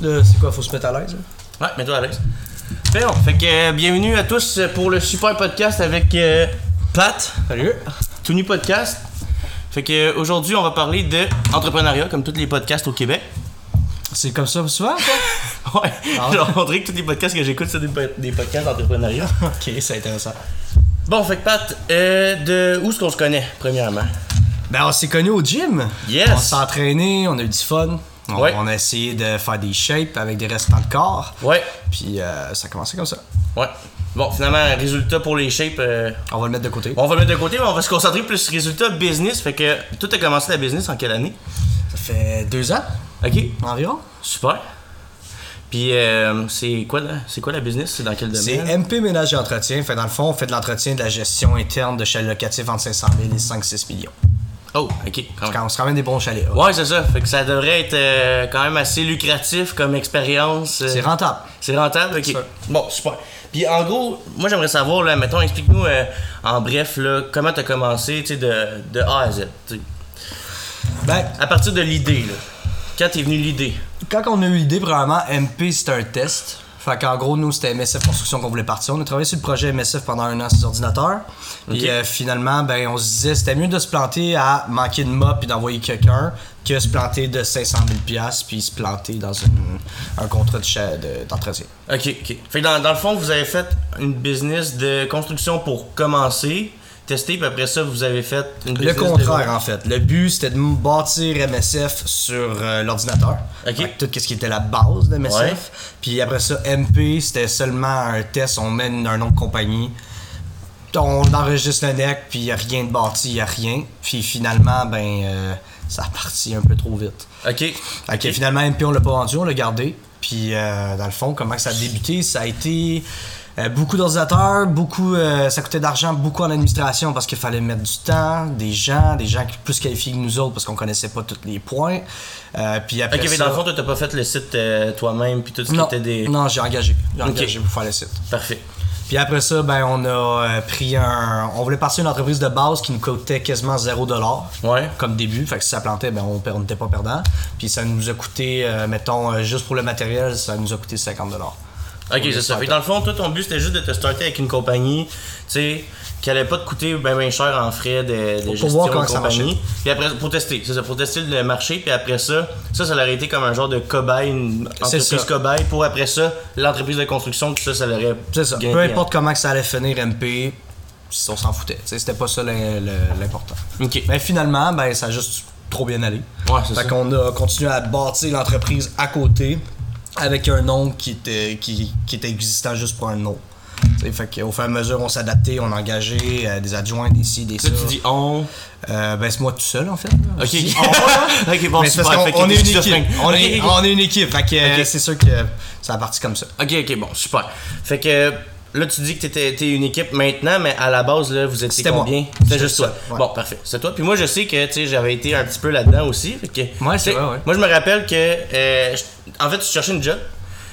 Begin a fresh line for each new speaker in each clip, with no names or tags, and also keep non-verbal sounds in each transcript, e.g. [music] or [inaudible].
Là, c'est quoi, faut se mettre à l'aise. hein?
Ouais, mets-toi à l'aise. Fait, bon, fait que euh, bienvenue à tous euh, pour le super podcast avec euh, Pat. Salut. Tout nu podcast. Fait que euh, aujourd'hui, on va parler de entrepreneuriat comme tous les podcasts au Québec. [laughs]
C'est comme ça souvent, quoi?
Ouais. Genre, on dirait que tous les podcasts que j'écoute, c'est des, po- des podcasts d'entrepreneuriat.
ok, c'est intéressant.
Bon, fait que Pat, euh, de où est-ce qu'on se connaît, premièrement?
Ben, on s'est connus au gym.
Yes.
On s'est entraîné, on a eu du fun. On,
Ouais.
on a essayé de faire des shapes avec des restants de corps.
Ouais.
Puis euh, ça a commencé comme ça.
Ouais. Bon, finalement, résultat pour les shapes, euh,
On va le mettre de côté.
on va le mettre de côté, mais on va se concentrer plus sur résultat business. Fait que tout a commencé la business en quelle année?
Ça fait deux ans
Ok.
environ.
Super. Puis euh, c'est quoi la, c'est quoi la business C'est dans quel
C'est
domaine
MP Ménage et Entretien. Fait dans le fond, on fait de l'entretien et de la gestion interne de chalets locatifs entre 500 000 et 5-6 millions.
Oh, ok. Quand même.
Quand- C'est quand même des bons chalets. là.
Ouais, c'est ça. Fait que ça devrait être euh, quand même assez lucratif comme expérience. euh,
C'est rentable.
C'est rentable, ok.
sûr.
Bon, super. Puis en gros, moi j'aimerais savoir là, mettons, explique-nous euh, en bref là, comment t'as commencé, tu sais, de, de A à Z. tu sais.
Ben,
À partir de l'idée là. Quand t'es venu l'idée
Quand on a eu l'idée, probablement, MP, c'était un test. Fait qu'en gros, nous, c'était MSF Construction qu'on voulait partir. On a travaillé sur le projet MSF pendant un an sur ordinateur. Puis
Ok.
euh, finalement, ben, on se disait, c'était mieux de se planter à manquer de mop puis d'envoyer quelqu'un que se planter de 500 000 piastres puis se planter dans une- un contrat de cha- de- d'entretien.
Ok, ok. Fait que dans, dans le fond, vous avez fait une business de construction pour commencer, tester, puis après ça, vous avez fait une
Le
business. de-
contraire, en fait. Le but, c'était de bâtir MSF sur euh, l'ordinateur.
Ok.
Fait que Tout ce qui était la base de MSF.
Ouais.
Puis après ça, MP, c'était seulement un test. On mène un nom de compagnie. On enregistre le deck, puis il a rien de bâti, il a rien. Puis finalement, ben, euh, ça a parti un peu trop vite.
Ok.
Fait que finalement, MP, on l'a pas vendu, on l'a gardé. Puis euh, dans le fond, comment que ça a débuté, ça a été euh, beaucoup d'ordinateurs, beaucoup, euh, ça coûtait d'argent, beaucoup en administration parce qu'il fallait mettre du temps, des gens, des gens qui- plus qualifiés que nous autres parce qu'on connaissait pas tous les points. Euh, puis après
Ok, mais
ça-
dans le fond, toi, t'as pas fait le site euh, toi-même, puis tout ce
non,
qui était des.
non, j'ai engagé, j'ai
Ok.
engagé pour faire le site.
Parfait.
Puis après ça, ben on a euh, pris un, on voulait partir une entreprise de base qui nous coûtait quasiment 0 dollar
Ouais.
comme début. Fait que si ça plantait, ben on per- on n'était pas perdant. Puis ça nous a coûté, euh, mettons, euh, juste pour le matériel, ça nous a coûté 50 dollars.
Ok, c'est ça. Fait que dans le fond, toi, ton but, c'était juste de te starter avec une compagnie, tu sais, qui allait pas te coûter bien ben cher en frais de, de gestion
voir
de
comment ça
compagnie.
marchait.
Puis après, pour tester, c'est ça, pour tester le marché, puis après ça, ça, ça aurait été comme un genre de cobaye, une
C'est
entreprise
ça.
cobaye, pour après ça, l'entreprise de construction, tout ça, ça l'aurait.
C'est ça.
gagné
Peu
en-
importe comment que ça allait finir MP, si on s'en foutait. Tu sais, C'était pas ça l'im- le- l'important.
Ok.
Mais finalement, ben ça a juste trop bien allé.
Ouais, c'est
fait
ça.
qu'on a continué à bâtir l'entreprise à côté avec un nom qui était, qui, qui était existant juste pour un nom. Tu sais, fait qu'au fur et à mesure, on s'adaptait, on engageait euh, des adjoints, des ci, des ça.
Ça, tu dis on.
Euh, ben, c'est moi tout seul, en fait.
Ok. hein?
Je dis, on, [laughs] là.
Ok, bon,
Mais c'est
super.
parce
Fait
qu'on
qu'il
on est
est
une
schizophrène.
équipe. On est,
Ok, ok.
on est une équipe. Fait que euh,
Ok.
c'est sûr que ça a parti comme ça.
Ok, ok, bon, super. Fait que là, tu dis que t'étais étais une équipe maintenant, mais à la base, là, vous étiez
C'était moi.
combien?
C'était
C'était juste toi.
ça, ouais.
Bon, parfait. C'est toi. Puis moi, je sais que, tu sais, j'avais été un petit peu là-dedans aussi. Fait que,
Ouais, c'est
tu sais,
vrai, ouais.
Moi, je me rappelle que, euh, je- en fait, tu cherchais une job.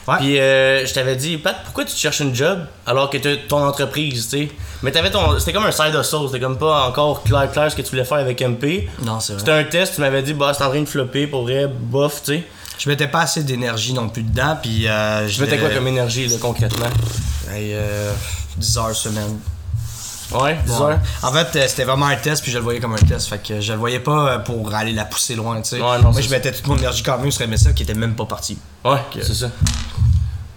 Ouais.
Puis euh, je t'avais dit, Pat, pourquoi tu cherches une job alors que t'as ton entreprise, tu sais? Mais t'avais ton. C'était comme un side hustle, c'était comme pas encore clair, clair ce que tu voulais faire avec MP.
Non, c'est vrai.
C'était un test, tu m'avais dit, bah, c'est en train de flopper pour vrai, bof, tu sais.
Je mettais pas assez d'énergie non plus dedans, puis euh, je
Tu mettais quoi
l'ai-
comme énergie, là, concrètement?
Hey, euh, 10 heures semaine.
Ouais, 10
Ouais.
heures.
En fait, euh, c'était vraiment un test, puis je le voyais comme un test. Fait que je le voyais pas euh, pour aller la pousser loin, tu sais.
Ouais, non,
Moi,
c'est
je
ça.
mettais toute mon énergie quand même sur MSF qui était même pas parti.
Ouais, c'est ça.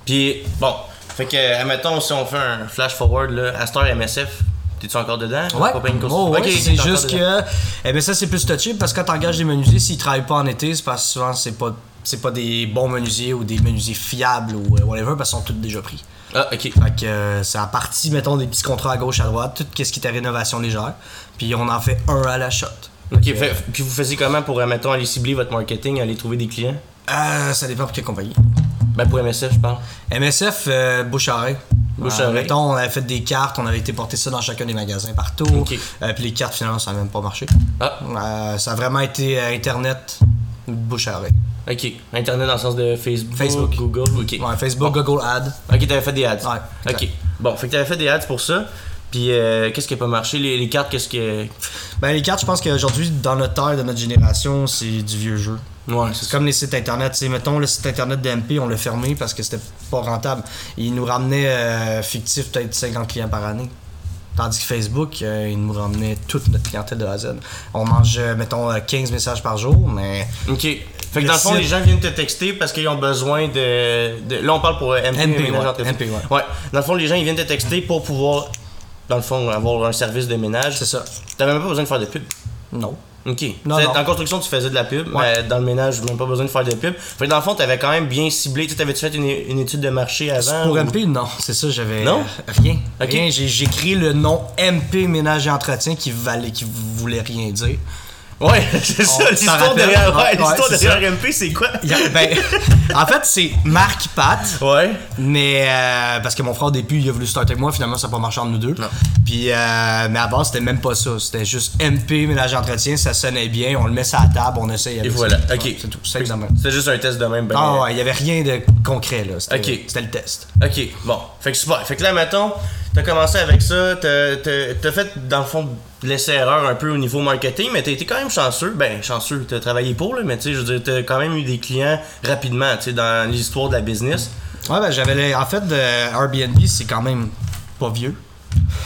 Puis, bon, fait que, admettons, si on fait un flash forward, là, à cette heure, MSF, t'es-tu encore dedans? La compagnie de construction?
Oh, ouais,
Ok,
c'est
t'es encore
juste
dedans.
que. Eh bien, ça, c'est plus touché parce que quand t'engages des menuisiers, s'ils travaillent pas en été, c'est parce que souvent, c'est pas. C'est pas des bons menuisiers ou des menuisiers fiables ou euh, whatever, parce qu'ils sont tous déjà pris.
Ah, ok.
Fait que euh, ça a parti, mettons, des petits contrats à gauche, à droite, tout ce qui était rénovation légère. Puis on en fait un à la shot. Euh,
Ok, fait- puis vous faisiez comment pour, admettons, aller cibler votre marketing, aller trouver des clients?
Euh, ça dépend pour quelle compagnie.
Ben, pour MSF, je parle.
MSF, euh, bouche à oreille.
Bouche à
Euh,
oreille.
mettons, on avait fait des cartes, on avait été porter ça dans chacun des magasins partout.
Ok.
Euh, puis les cartes, finalement, ça n'a même pas marché.
Ah,
Euh, ça a vraiment été euh, Internet, bouche à oreille.
ok. Internet dans le sens de Facebook,
Facebook.
Google, ok.
Ouais, Facebook, Google Ads.
Ok, t'avais fait des ads.
Ouais, exact.
ok. Bon, fait que t'avais fait des ads pour ça. Puis euh, qu'est-ce qui a pas marché? Les, les cartes, qu'est-ce qui. est-
Ben, les cartes, je pense qu'aujourd'hui, dans notre ère, de notre génération, c'est du vieux jeu.
Ouais,
C'est comme les sites internet. Tu sais, mettons, le site internet d'MP, on l'a fermé parce que c'était pas rentable. Il nous ramenait euh, fictif peut-être 50 clients par année. Tandis que Facebook, euh, il nous ramenait toute notre clientèle de A à Z. On mange, euh, mettons, euh, 15 messages par jour, mais
Ok. Fait que dans le fond,
site-
les gens viennent te texter parce qu'ils ont besoin de, de- Là, on parle pour euh, MP,
MP,
ménage
ouais.
entreprise.
MP, ouais.
Dans le fond, les gens, ils viennent te texter pour pouvoir, dans le fond, avoir un service de ménage.
c'est ça.
T'avais même pas besoin de faire de pub.
Non.
Ok.
Non,
T'sais,
non.
En construction, tu faisais de la pub.
Ouais.
mais dans le ménage, même pas besoin de faire de pub. Fait que dans le fond, t'avais quand même bien ciblé. Tu t'avais-tu fait une, une étude de marché avant?
Pour
ou-
MP, non, c'est ça, j'avais
Ben Non?
euh, rien.
Ok.
Rien, j'ai j'ai écrit le nom MP ménage et entretien qui valait qui voulait rien dire.
Ouais, [laughs] [laughs] c'est ça.
On s'en
L'histoire
rappelle.
derrière, ouais,
Ouais,
l'histoire
c'est
derrière MP, c'est quoi?
Il y a- ben, en fait, c'est Marc Pat,
Ouais.
mais euh, parce que mon frère au début, il a voulu starter avec moi, finalement ça n'a pas marché entre nous deux.
Non.
Puis euh, mais avant, c'était même pas ça, c'était juste MP ménage et entretien, ça sonnait bien, on le met sur la table, on essaye avec
Et
ça.
voilà.
Ouais,
Ok.
C'est tout, c'est exactement.
C'était juste un test de même. ben,
Ah ouais, il y avait rien de concret là, c'était
Ok.
c'était le test.
Ok, bon. Fait que super. Fait que là, mettons, t'as commencé avec ça, t'as t'as- t'as fait, dans le fond, l'essai-erreur un peu au niveau marketing, mais t'as été quand même chanceux. Ben, chanceux, t'as travaillé pour, là, mais tu sais, je veux dire, t'as quand même eu des clients rapidement, tu sais, dans l'histoire de la business.
Ouais, ben j'avais les- en fait euh, Airbnb, c'est quand même pas vieux.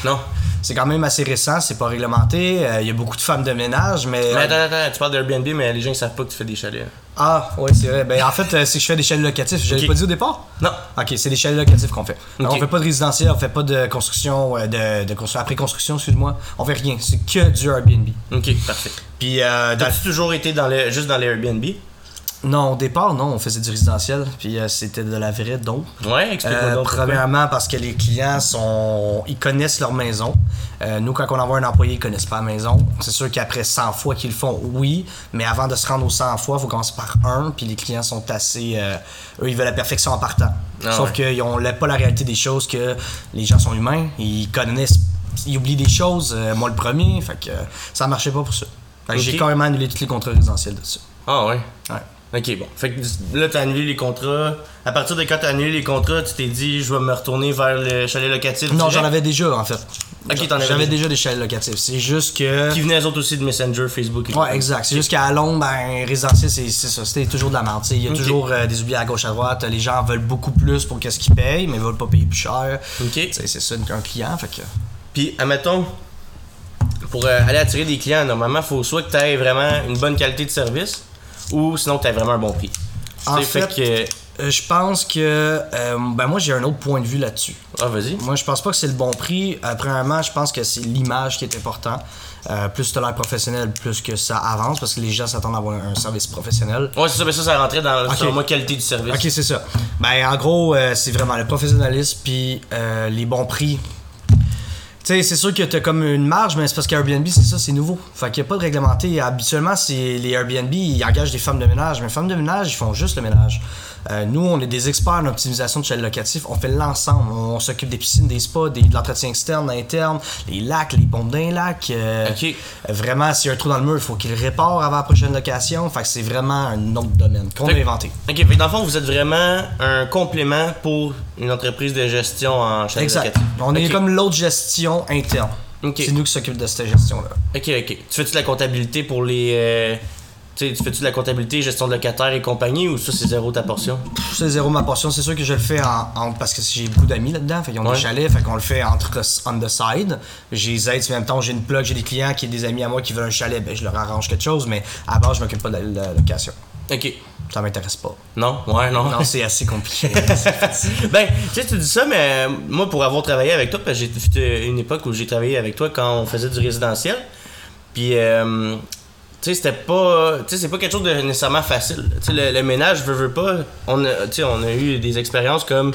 Non.
C'est quand même assez récent, c'est pas réglementé. euh, Il y a beaucoup de femmes de ménage, mais.
Mais attends, attends, tu parles d'Airbnb, mais les gens, ils savent pas que tu fais des chalets.
Ah, oui, c'est vrai. Ben, en fait, euh, c'est que je fais des chalets locatifs. Je l'ai
Ok.
pas dit au départ?
Non.
Ok, c'est des chalets locatifs qu'on fait. Alors,
Ok.
on fait pas de résidentiel, on fait pas de construction, euh, de, de constru- après-construction, excuse-moi. On fait rien. C'est que du Airbnb.
Ok, parfait.
Puis, euh, dans-
T'as-tu toujours été dans le, juste dans les Airbnb?
non, au départ, non, on faisait du résidentiel. Puis, euh, c'était de la vraie donc.
Ouais, explique-moi
Euh,
donc. pourquoi.
premièrement parce que les clients sont ils connaissent leur maison. Euh, nous quand on envoie un employé, ils connaissent pas la maison. C'est sûr qu'après 100 fois qu'ils le font, oui, mais avant de se rendre aux 100 fois, il faut commencer par un, puis les clients sont assez euh, eux ils veulent la perfection en partant.
Ah
Sauf
ouais.
qu'ils ont la- pas la réalité des choses que les gens sont humains, ils connaissent ils oublient des choses, euh, moi le premier, fait que euh, ça marchait pas pour ça. Fait que
Ok.
j'ai carrément annulé tous les contrats résidentiels de ça.
Ah ouais.
Ouais.
Ok, bon. Fait que là, t'as annulé les contrats. À partir de quand t'as annulé les contrats, tu t'es dit, je vais me retourner vers le chalet locatif.
Non,
direct,
j'en avais déjà en fait.
Ok, t'en avais
J'avais déjà
déjà.
des chalets locatifs. C'est juste que
Qui venaient, eux autres aussi, de Messenger, Facebook et tout.
Ouais, exact. C'est juste qu'à Londres, ben, résidentiel, c'est c'est ça. C'était toujours de la merde. tu sais. Il y a
Ok.
toujours euh, des oubliés à gauche, à droite. Les gens veulent beaucoup plus pour qu'est-ce qu'ils payent, mais ils veulent pas payer plus cher.
Ok.
Tu sais, C'est ça, un client. Fait que.
Puis, admettons, pour euh, aller attirer des clients, normalement, faut soit que t'aies vraiment une bonne qualité de service ou sinon que t'aies vraiment un bon prix.
En
Tu sais, que.
Euh, je pense que. euh, ben, moi, j'ai un autre point de vue là-dessus.
Ah, vas-y.
Moi, je pense pas que c'est le bon prix. Euh, premièrement, je pense que c'est l'image qui est important. Euh, plus tu l'air professionnel, plus que ça avance, parce que les gens s'attendent à avoir un service professionnel.
Ouais, c'est ça, mais ça, ça rentrait dans
Ok.
sur moi qualité du service.
Ok, c'est ça. Ben, en gros, euh, c'est vraiment le professionnalisme puis euh, les bons prix. Tu sais, c'est sûr que t'as comme une marge, mais c'est parce qu'Airbnb, c'est ça, c'est nouveau. Fait qu'il n'y a pas de réglementé. Habituellement, c'est les Airbnb, ils engagent des femmes de ménage. Mais les femmes de ménage, ils font juste le ménage. Euh, nous, on est des experts en optimisation de chaîne locatif. On fait l'ensemble. On s'occupe des piscines, des spas, des- de l'entretien externe, interne, les lacs, les pompes d'un lac. euh,
Ok.
euh, Vraiment, s'il y a un trou dans le mur, il faut qu'il le répare avant la prochaine location. Fait que c'est vraiment un autre domaine qu'on a
Fait-
inventé.
Ok, fait que dans le fond, vous êtes vraiment un complément pour une entreprise de gestion en chalet
Exact.
locatif.
On est
Ok.
comme l'autre gestion interne.
Ok.
C'est nous qui s'occupons de cette gestion-là.
Ok, ok. Tu fais-tu de la comptabilité pour les. euh, tu sais, tu fais-tu de la comptabilité, gestion de locataires et compagnie ou ça c'est zéro ta portion?
Pff, C'est zéro ma portion. C'est sûr que je le fais en, en- parce que j'ai beaucoup d'amis là-dedans. Fait qu'ils ont
Ouais.
des chalets. Fait qu'on le fait entre on the side. J'ai les aide. En même temps, j'ai une plug, j'ai des clients qui ont des amis à moi qui veulent un chalet. Ben, je leur arrange quelque chose. Mais à base, je m'occupe pas de la, la location.
Ok.
Ça m'intéresse pas.
Non? Ouais, non.
Non, c'est assez compliqué.
[laughs] ben, tu sais, tu dis ça, mais euh, moi pour avoir travaillé avec toi, parce que j'ai fait euh, une époque où j'ai travaillé avec toi quand on faisait du résidentiel. Puis, euh, tu sais, c'était pas. Tu sais, c'est pas quelque chose de nécessairement facile. Tu sais, le, le ménage, veut, veut pas. On a, tu sais, on a eu des expériences comme.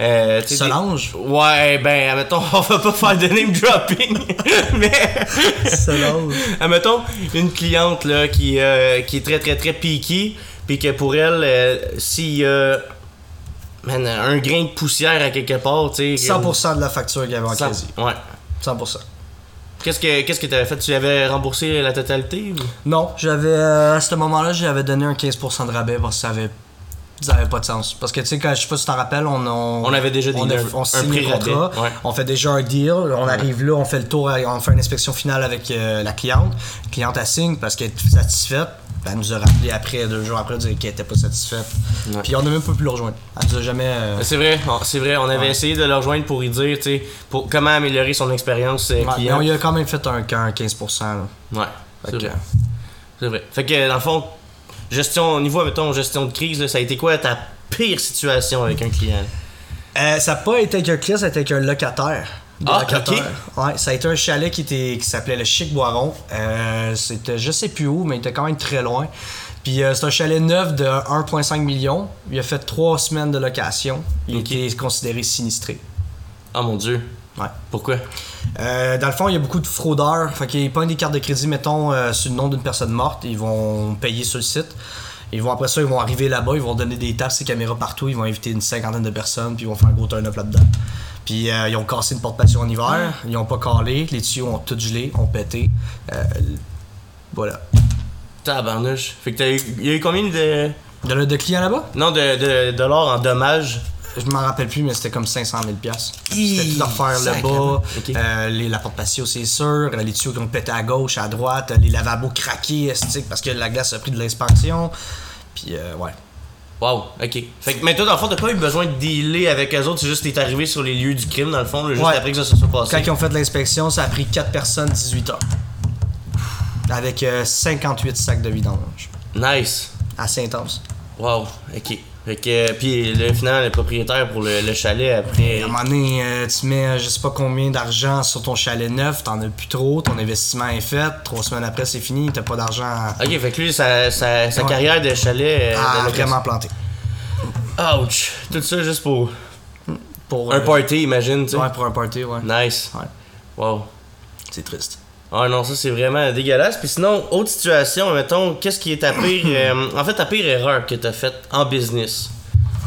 euh, tu sais, des-
Solange.
Ouais, ben, admettons, on va pas faire de name dropping, [laughs] mais.
Solange.
Admettons, une cliente là, qui, euh, qui est très très très piquée, puis que pour elle, euh, s'il y a man, un grain de poussière à quelque part, tu sais.
100% de la facture qu'il y avait en
cent-
crédit.
Ouais.
100%.
Qu'est-ce que qu'est-ce que t'avais fait Tu avais remboursé la totalité ou-
Non, j'avais euh, à ce moment-là, j'avais donné un 15% de rabais parce que ça avait ça n'avait pas de sens. Parce que, tu sais, quand, je sais pas si tu t'en rappelles, on, on,
on avait déjà des
on, a-
un-
on
un
signe
prix
le contrat,
rabais, ouais.
on fait déjà un deal, on arrive là, on fait le tour, euh, on fait une inspection finale avec euh, la cliente. La cliente, elle signe parce qu'elle est satisfaite. Ben, Elle nous a rappelé après, deux jours après, dire qu'elle était pas satisfaite.
Ouais.
Puis on n'a même pas pu le rejoindre. Elle nous a jamais. euh,
C'est vrai, on- c'est vrai, on avait essayé de le rejoindre pour y dire, tu sais, pour comment améliorer son expérience euh,
ouais, mais
client.
on y a quand même fait un, un 15%. là.
Ouais, c'est
Fait que-
vrai. C'est vrai. Fait que dans le fond, gestion, au niveau, mettons, gestion de crise, là, ça a été quoi ta pire situation avec un client?
Euh, ça n'a pas été avec un client, ça a été avec un locataire. Des
Ah,
locataires. Ouais, ça a été un chalet qui, était, qui s'appelait le Chic Boiron. Euh, c'était, je sais plus où, mais il était quand même très loin. Puis euh, c'est un chalet neuf de 1,5 million. Il a fait trois semaines de location. Il
Ok.
est considéré sinistré.
Oh mon dieu.
Ouais.
Pourquoi?
Euh, dans le fond, il y a beaucoup de fraudeurs. Fait qu'ils pognent des cartes de crédit, mettons, euh, sur le nom d'une personne morte. Ils vont payer sur le site. Ils vont après ça, ils vont arriver là-bas, ils vont donner des taxes et caméras partout, ils vont inviter une cinquantaine de personnes, puis ils vont faire un gros turn-up là-dedans. Puis euh, ils ont cassé une porte patio en hiver, ils ont pas calé, les tuyaux ont tout gelé, ont pété. Euh, l- voilà.
Tabarnouche. Fait que t'as eu, il y a eu combien de.
De, le- de clients là-bas?
Non, de, de dollars en dommages?
Je m'en rappelle plus, mais c'était comme 500 000 piastres.
Hi,
C'était tout à refaire
sacrément.
là-bas.
Ok.
Euh, les- la porte patio, c'est sûr. Euh, Les tuyaux qui ont pété à gauche, à droite. Euh, Les lavabos craqués, estique, parce que la glace a pris de l'expansion. Puis, euh, ouais.
Wow, ok. Fait que, mais toi, dans le fond, t'as pas eu besoin de dealer avec eux autres, c'est juste que t'es arrivé sur les lieux du crime, dans le fond, là, juste
Ouais.
après que ça se soit
Quand
passé.
ils ont fait l'inspection, ça a pris 4 personnes, 18 heures. Avec euh, 58 sacs de vidange.
Nice.
Assez intense.
Wow, ok. Fait que, euh, puis le final, le propriétaire pour le, le chalet après.
À un moment donné, euh, tu mets euh, je sais pas combien d'argent sur ton chalet neuf, t'en as plus trop, ton investissement est fait. Trois semaines après, c'est fini, t'as pas d'argent à,
Ok, fait que lui, sa, sa, sa
Ouais.
carrière de
à
chalet. euh, de location-
vraiment planter.
Ouch! Tout ça juste pour.
Pour,
Un
euh,
party, imagine, tu sais.
Ouais, pour un party, ouais.
Nice.
Ouais.
Wow.
C'est triste.
Ah non, ça c'est vraiment dégueulasse. Puis sinon, autre situation, mettons, qu'est-ce qui est ta [coughs] pire. euh, en fait, ta pire erreur que t'as faite en business?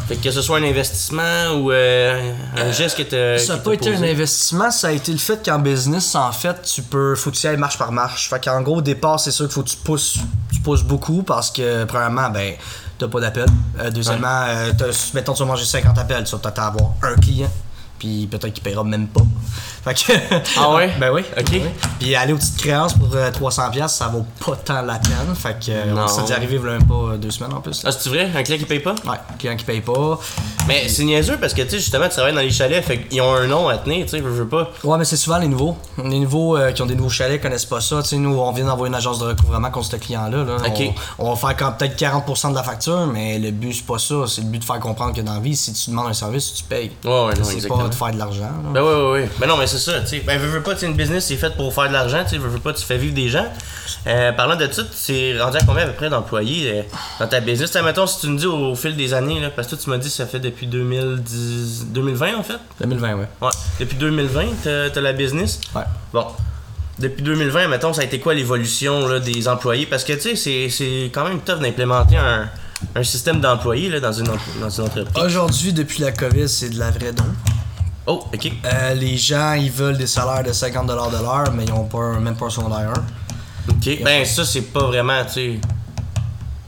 Fait que, que ce soit un investissement ou euh, un geste que t'as.
Ça n'a
que
pas
t'as
été un
posé.
investissement, ça a été le fait qu'en business, en fait, tu peux. Faut que tu y ailles marche par marche. Fait qu'en gros, au départ, c'est sûr qu'il faut que tu pousses. Tu pousses beaucoup parce que, premièrement, ben, t'as pas d'appel. Euh, deuxièmement, euh, t'as- mettons, tu vas manger 50 appels, tu vas peut-être avoir un client. Puis peut-être qu'il paiera même pas. [laughs] Fait que.
Ah ouais?
Ben oui.
Ok.
Oui. Puis aller aux petites créances pour euh, 300$, piastres, ça vaut pas tant la peine. Fait que. euh,
Non.
Ça t'est arrivé, voilà, même pas euh, deux semaines en plus.
Ah, c'est vrai? Un client qui paye pas?
Ouais, client qui paye pas.
Mais c'est niaiseux parce que, tu sais, justement, tu travailles dans les chalets, fait qu'ils ont un nom à tenir, tu sais, je veux pas.
Ouais, mais c'est souvent les nouveaux. Les nouveaux euh, qui ont des nouveaux chalets connaissent pas ça. Tu sais, nous, on vient d'envoyer une agence de recouvrement contre ce client-là. Là.
Ok.
On, on va faire quand- peut-être 40% de la facture, mais le but, c'est pas ça. C'est le but de faire comprendre que dans la vie, si tu demandes un service, tu payes.
Ouais, ouais, non,
c'est
exactement.
pas de faire de l'argent. là.
Ben ouais, ouais, ouais. Ben non, mais c'est ça, tu sais. Ben, veux, veux pas, tu sais, une business, c'est fait pour faire de l'argent, tu sais, veux, veux pas, tu fais vivre des gens. Euh, parlant de ça, tu t'es rendu à combien à peu près d'employés euh, dans ta business? Tu sais, mettons, si tu me dis au, au fil des années, là, parce que toi, tu m'as dit, ça fait depuis 2010, 2020, en fait?
2020, ouais.
Ouais. Depuis 2020, t'as t'as la business?
Ouais.
Bon. Depuis 2020, mettons, ça a été quoi l'évolution là, des employés? Parce que, tu sais, c'est- c'est quand même tough d'implémenter un, un système d'employés là, dans, une, em- dans une entreprise.
Aujourd'hui, depuis la COVID, c'est de la vraie don.
Oh, OK.
Euh, les gens, ils veulent des salaires de 50 de l'heure, mais ils ont pas, un- même pas un secondaire 1.
OK. Ben, ça, c'est pas vraiment, tu sais...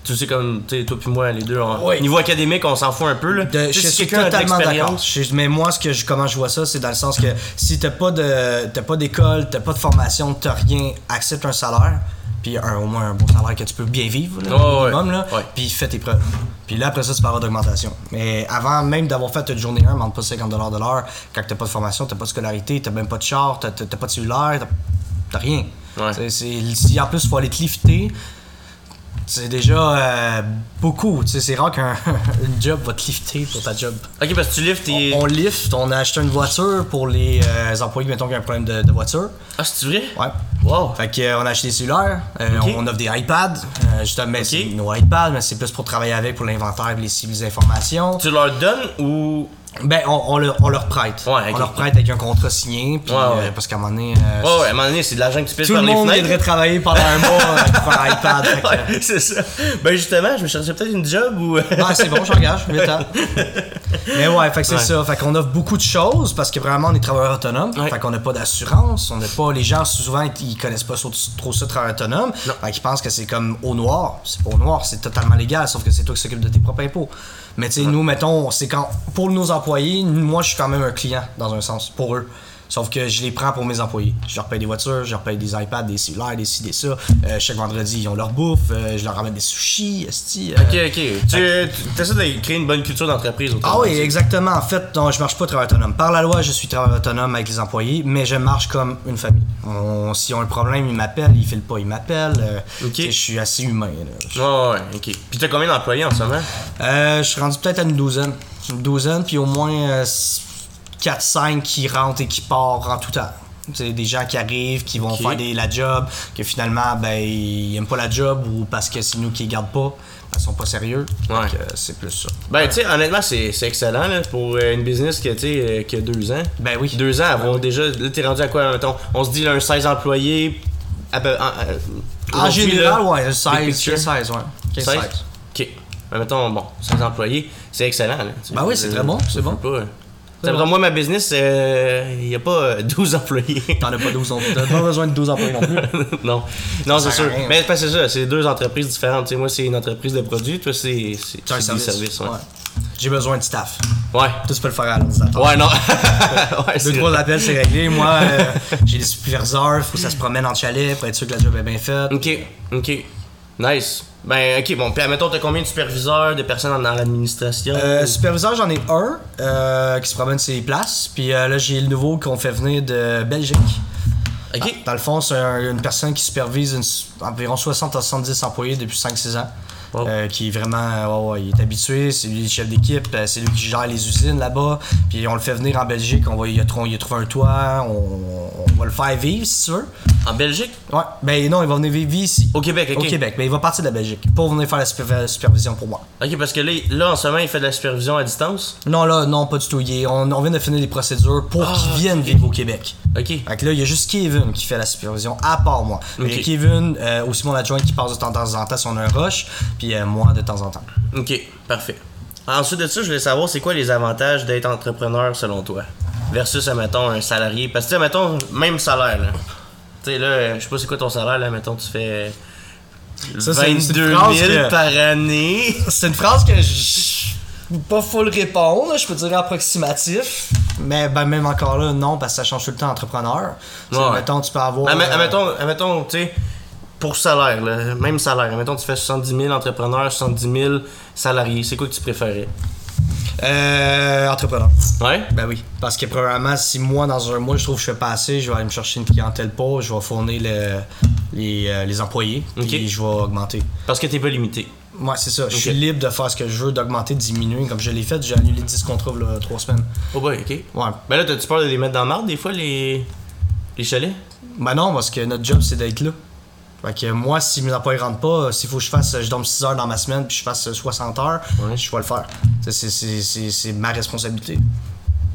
Tu sais, comme, tu sais, toi puis moi, les deux, on-
Ouais.
niveau académique, on s'en fout un peu, là.
De-
Tu
je
sais, si
suis
quelqu'un a de
totalement d'accord.
l'expérience-
Je- Mais moi, ce que je, comment je vois ça, c'est dans le sens que si t'as pas de t'as pas d'école, t'as pas de formation, t'as rien, accepte un salaire, puis un- au moins un bon salaire que tu peux bien vivre, là,
Ouais,
au
ouais,
minimum, là,
ouais.
puis fais tes preuves. Puis là, après ça, tu parles d'augmentation. Mais avant même d'avoir fait une journée 1, demande pas 50 de l'heure. Quand t'as pas de formation, t'as pas de scolarité, t'as même pas de char, t'as t'as- t'as pas de cellulaire, t'as- t'as rien.
Ouais.
C'est- c'est- Si en plus, faut aller te lifter, c'est déjà euh, beaucoup. Tu sais, c'est rare qu'un [laughs] une job va te lifter pour ta job.
OK, parce que tu liftes tes...
On lift, on a acheté une voiture pour les euh, employés, mettons, qui ont un problème de, de voiture.
Ah, c'est vrai?
Ouais.
Wow.
Fait que, euh, on a acheté des cellulaires, euh,
Ok.
on offre des iPads, euh, justement, mais c'est nos iPads, mais c'est plus pour travailler avec, pour l'inventaire, les cibles, les informations.
Tu leur donnes ou...
Ben, on, on leur, on leur prête.
Ouais, ok.
On leur prête avec un contrat signé, puis,
Ouais, ouais.
euh, parce qu'à un moment donné, euh,
Ah Ouais, ouais, à un moment donné, c'est de l'argent que tu pisses
tout
par
le
les
monde
fenêtres.
viendrait travailler pendant un mois euh, pour un
[laughs]
iPad. fait que, euh,
Ouais, c'est ça. Ben justement, je me cherchais peut-être une job ou.
Ah, c'est bon, j'engage, vite
[laughs]
hein. Mais ouais, fait que c'est
Ouais.
ça. Fait qu'on offre beaucoup de choses parce que vraiment, on est travailleurs autonomes.
Ouais.
Fait qu'on n'a pas d'assurance. On n'a pas. Les gens, souvent, ils connaissent pas sur- trop ça, travail autonome. Fait qu'ils pensent que c'est comme au noir. C'est pas au noir, c'est totalement légal, sauf que c'est toi qui s'occupe de tes propres impôts. Mais tu sais, nous, mettons, c'est quand. Pour nos employés, moi, je suis quand même un client, dans un sens, pour eux. Sauf que je les prends pour mes employés. Je leur paye des voitures, je leur paye des iPads, des cellulaires, des ci, des ça. Euh, chaque vendredi, ils ont leur bouffe. euh, je leur ramène des sushis, esti. euh,
[laughs] Ok, ok. Tu tu essaies de créer une bonne culture d'entreprise autour
Ah oui, exactement. En fait, non, je marche pas travail autonome. Par la loi, je suis travail autonome avec les employés, mais je marche comme une famille. On- S'ils ont un problème, ils m'appellent, ils filent pas, ils m'appellent. euh,
Ok.
tu sais, Je suis assez humain. là. Je-
Ouais, ouais, ouais, ok. Puis t'as combien d'employés en ce moment?
Euh, je suis rendu peut-être à une douzaine. Une douzaine, puis au moins euh, 4-5 qui rentrent et qui partent en tout temps. C'est des gens qui arrivent, qui vont
Ok.
faire des- la job, que finalement, ben, ils aiment pas la job ou parce que c'est nous qui les gardent pas, ben, ils sont pas sérieux.
Ouais.
Donc, euh, c'est plus ça.
Ben, tu sais, honnêtement, c'est c'est excellent là, pour euh, une business qui, a, tu sais, euh, qui a deux ans.
Ben oui.
Deux ans, avoir déjà. Là, t'es rendu à quoi, mettons On se dit, là, un 16 employés. à peu- en- euh,
En
aujourd'hui,
général,
là,
ouais,
big
16,
picture.
16, ouais. 15,
16?
16.
Ok. Ben, mettons, bon, 16 employés, c'est excellent. Là, Tu sais,
Ben oui, c'est
euh,
très bon, c'est
je
bon.
veux Pas,
C'est
ça
bon.
moi, ma business, il n'y a pas euh, [laughs] 12 employés.
T'en as pas 12 non plus. T'as pas besoin de 12 employés non plus.
non, non c'est
sert à
sûr.
rien.
Mais c'est pas- c'est ça, c'est deux entreprises différentes. Tu sais, moi, c'est une entreprise de produits, toi, c'est c'est-
C'est un
c'est des
service.
services. Ouais.
J'ai besoin de staff.
Ouais,
Toi, tu peux le faire à l'ordinateur. [laughs]
ouais, non. [laughs] ouais,
Deux,
c'est
trois appels, c'est réglé. Moi, euh, [laughs] j'ai des superviseurs, faut que ça se promène en chalet pour être sûr que la job est bien faite.
Ok, ok. Nice. Ben, ok, bon. Puis, admettons, t'as combien de superviseurs, de personnes dans l'administration
Euh, superviseur, j'en ai un euh, qui se promène ses places. Puis euh, là, j'ai le nouveau qu'on fait venir de Belgique.
Ok.
Dans le fond, c'est un- une personne qui supervise une s- environ 60 à 70 employés depuis 5-6 ans.
Wow.
Euh, qui est vraiment. ouais, ouais, il est habitué, c'est lui le chef d'équipe, euh, c'est lui qui gère les usines là-bas. Puis on le fait venir en Belgique, on va y trouver un toit, on, on va le faire vivre si tu veux.
En Belgique
Ouais, ben non, il va venir vivre ici.
Au Québec, ok.
Au Québec, mais il va partir de la Belgique pour venir faire la supervi- supervision pour moi.
Ok, parce que là, là, en ce moment, il fait de la supervision à distance.
Non, là, non, pas du tout. Il est- on, on vient de finir les procédures pour
Ah,
qu'il vienne vivre au Québec.
Ok.
Fait que là, il y a juste Kevin qui fait la supervision, à part moi. Mais
Ok.
il y a Kevin, euh, aussi mon adjoint qui passe de temps en temps si on a un rush, puis euh, moi de temps en temps.
Ok, parfait. Ensuite de ça, je voulais savoir c'est quoi les avantages d'être entrepreneur selon toi versus, admettons, un salarié. Parce que, tu sais, admettons, même salaire, là. Tu sais, là, euh, je sais pas c'est quoi ton salaire, là, mettons, tu fais.
Ça, c'est une- c'est
22
une
000
phrase que-
par année.
[laughs] C'est une phrase
[laughs]
que je peux pas full répondre, je peux dire approximatif. Mais ben, même encore là, non, parce que ça change tout le temps entrepreneur. Tu sais,
Ouais. Ah,
Mettons, tu peux avoir.
Admet-
euh,
Admettons, admettons, tu sais, pour salaire, là, même salaire, admettons, tu fais 70 000 entrepreneurs, 70 000 salariés, c'est quoi que tu préférais?
euh, entrepreneur.
Ouais?
Ben oui, parce que premièrement, si moi, dans un mois, je trouve que je fais pas assez, je vais aller me chercher une clientèle pauvre, je vais fournir le- les, euh, les employés, puis
Ok.
je vais augmenter.
Parce que t'es pas limité.
Moi, c'est ça. Je suis
Ok.
libre de faire ce que je veux, d'augmenter, de diminuer. Comme je l'ai fait, j'ai annulé 10 contrats il y a trois semaines.
Oh boy, ok.
Ouais.
Ben là, t'as-tu peur de les mettre dans la marde des fois, les, les chalets?
Ben non, parce que notre job, c'est d'être là. Fait que moi, si mes employés rentrent pas, euh, s'il faut que je fasse, euh, je dorme 6 heures dans ma semaine, puis je fasse euh, 60 heures,
Ouais.
je vais le faire. Ça, c'est- c'est- C'est c'est ma responsabilité.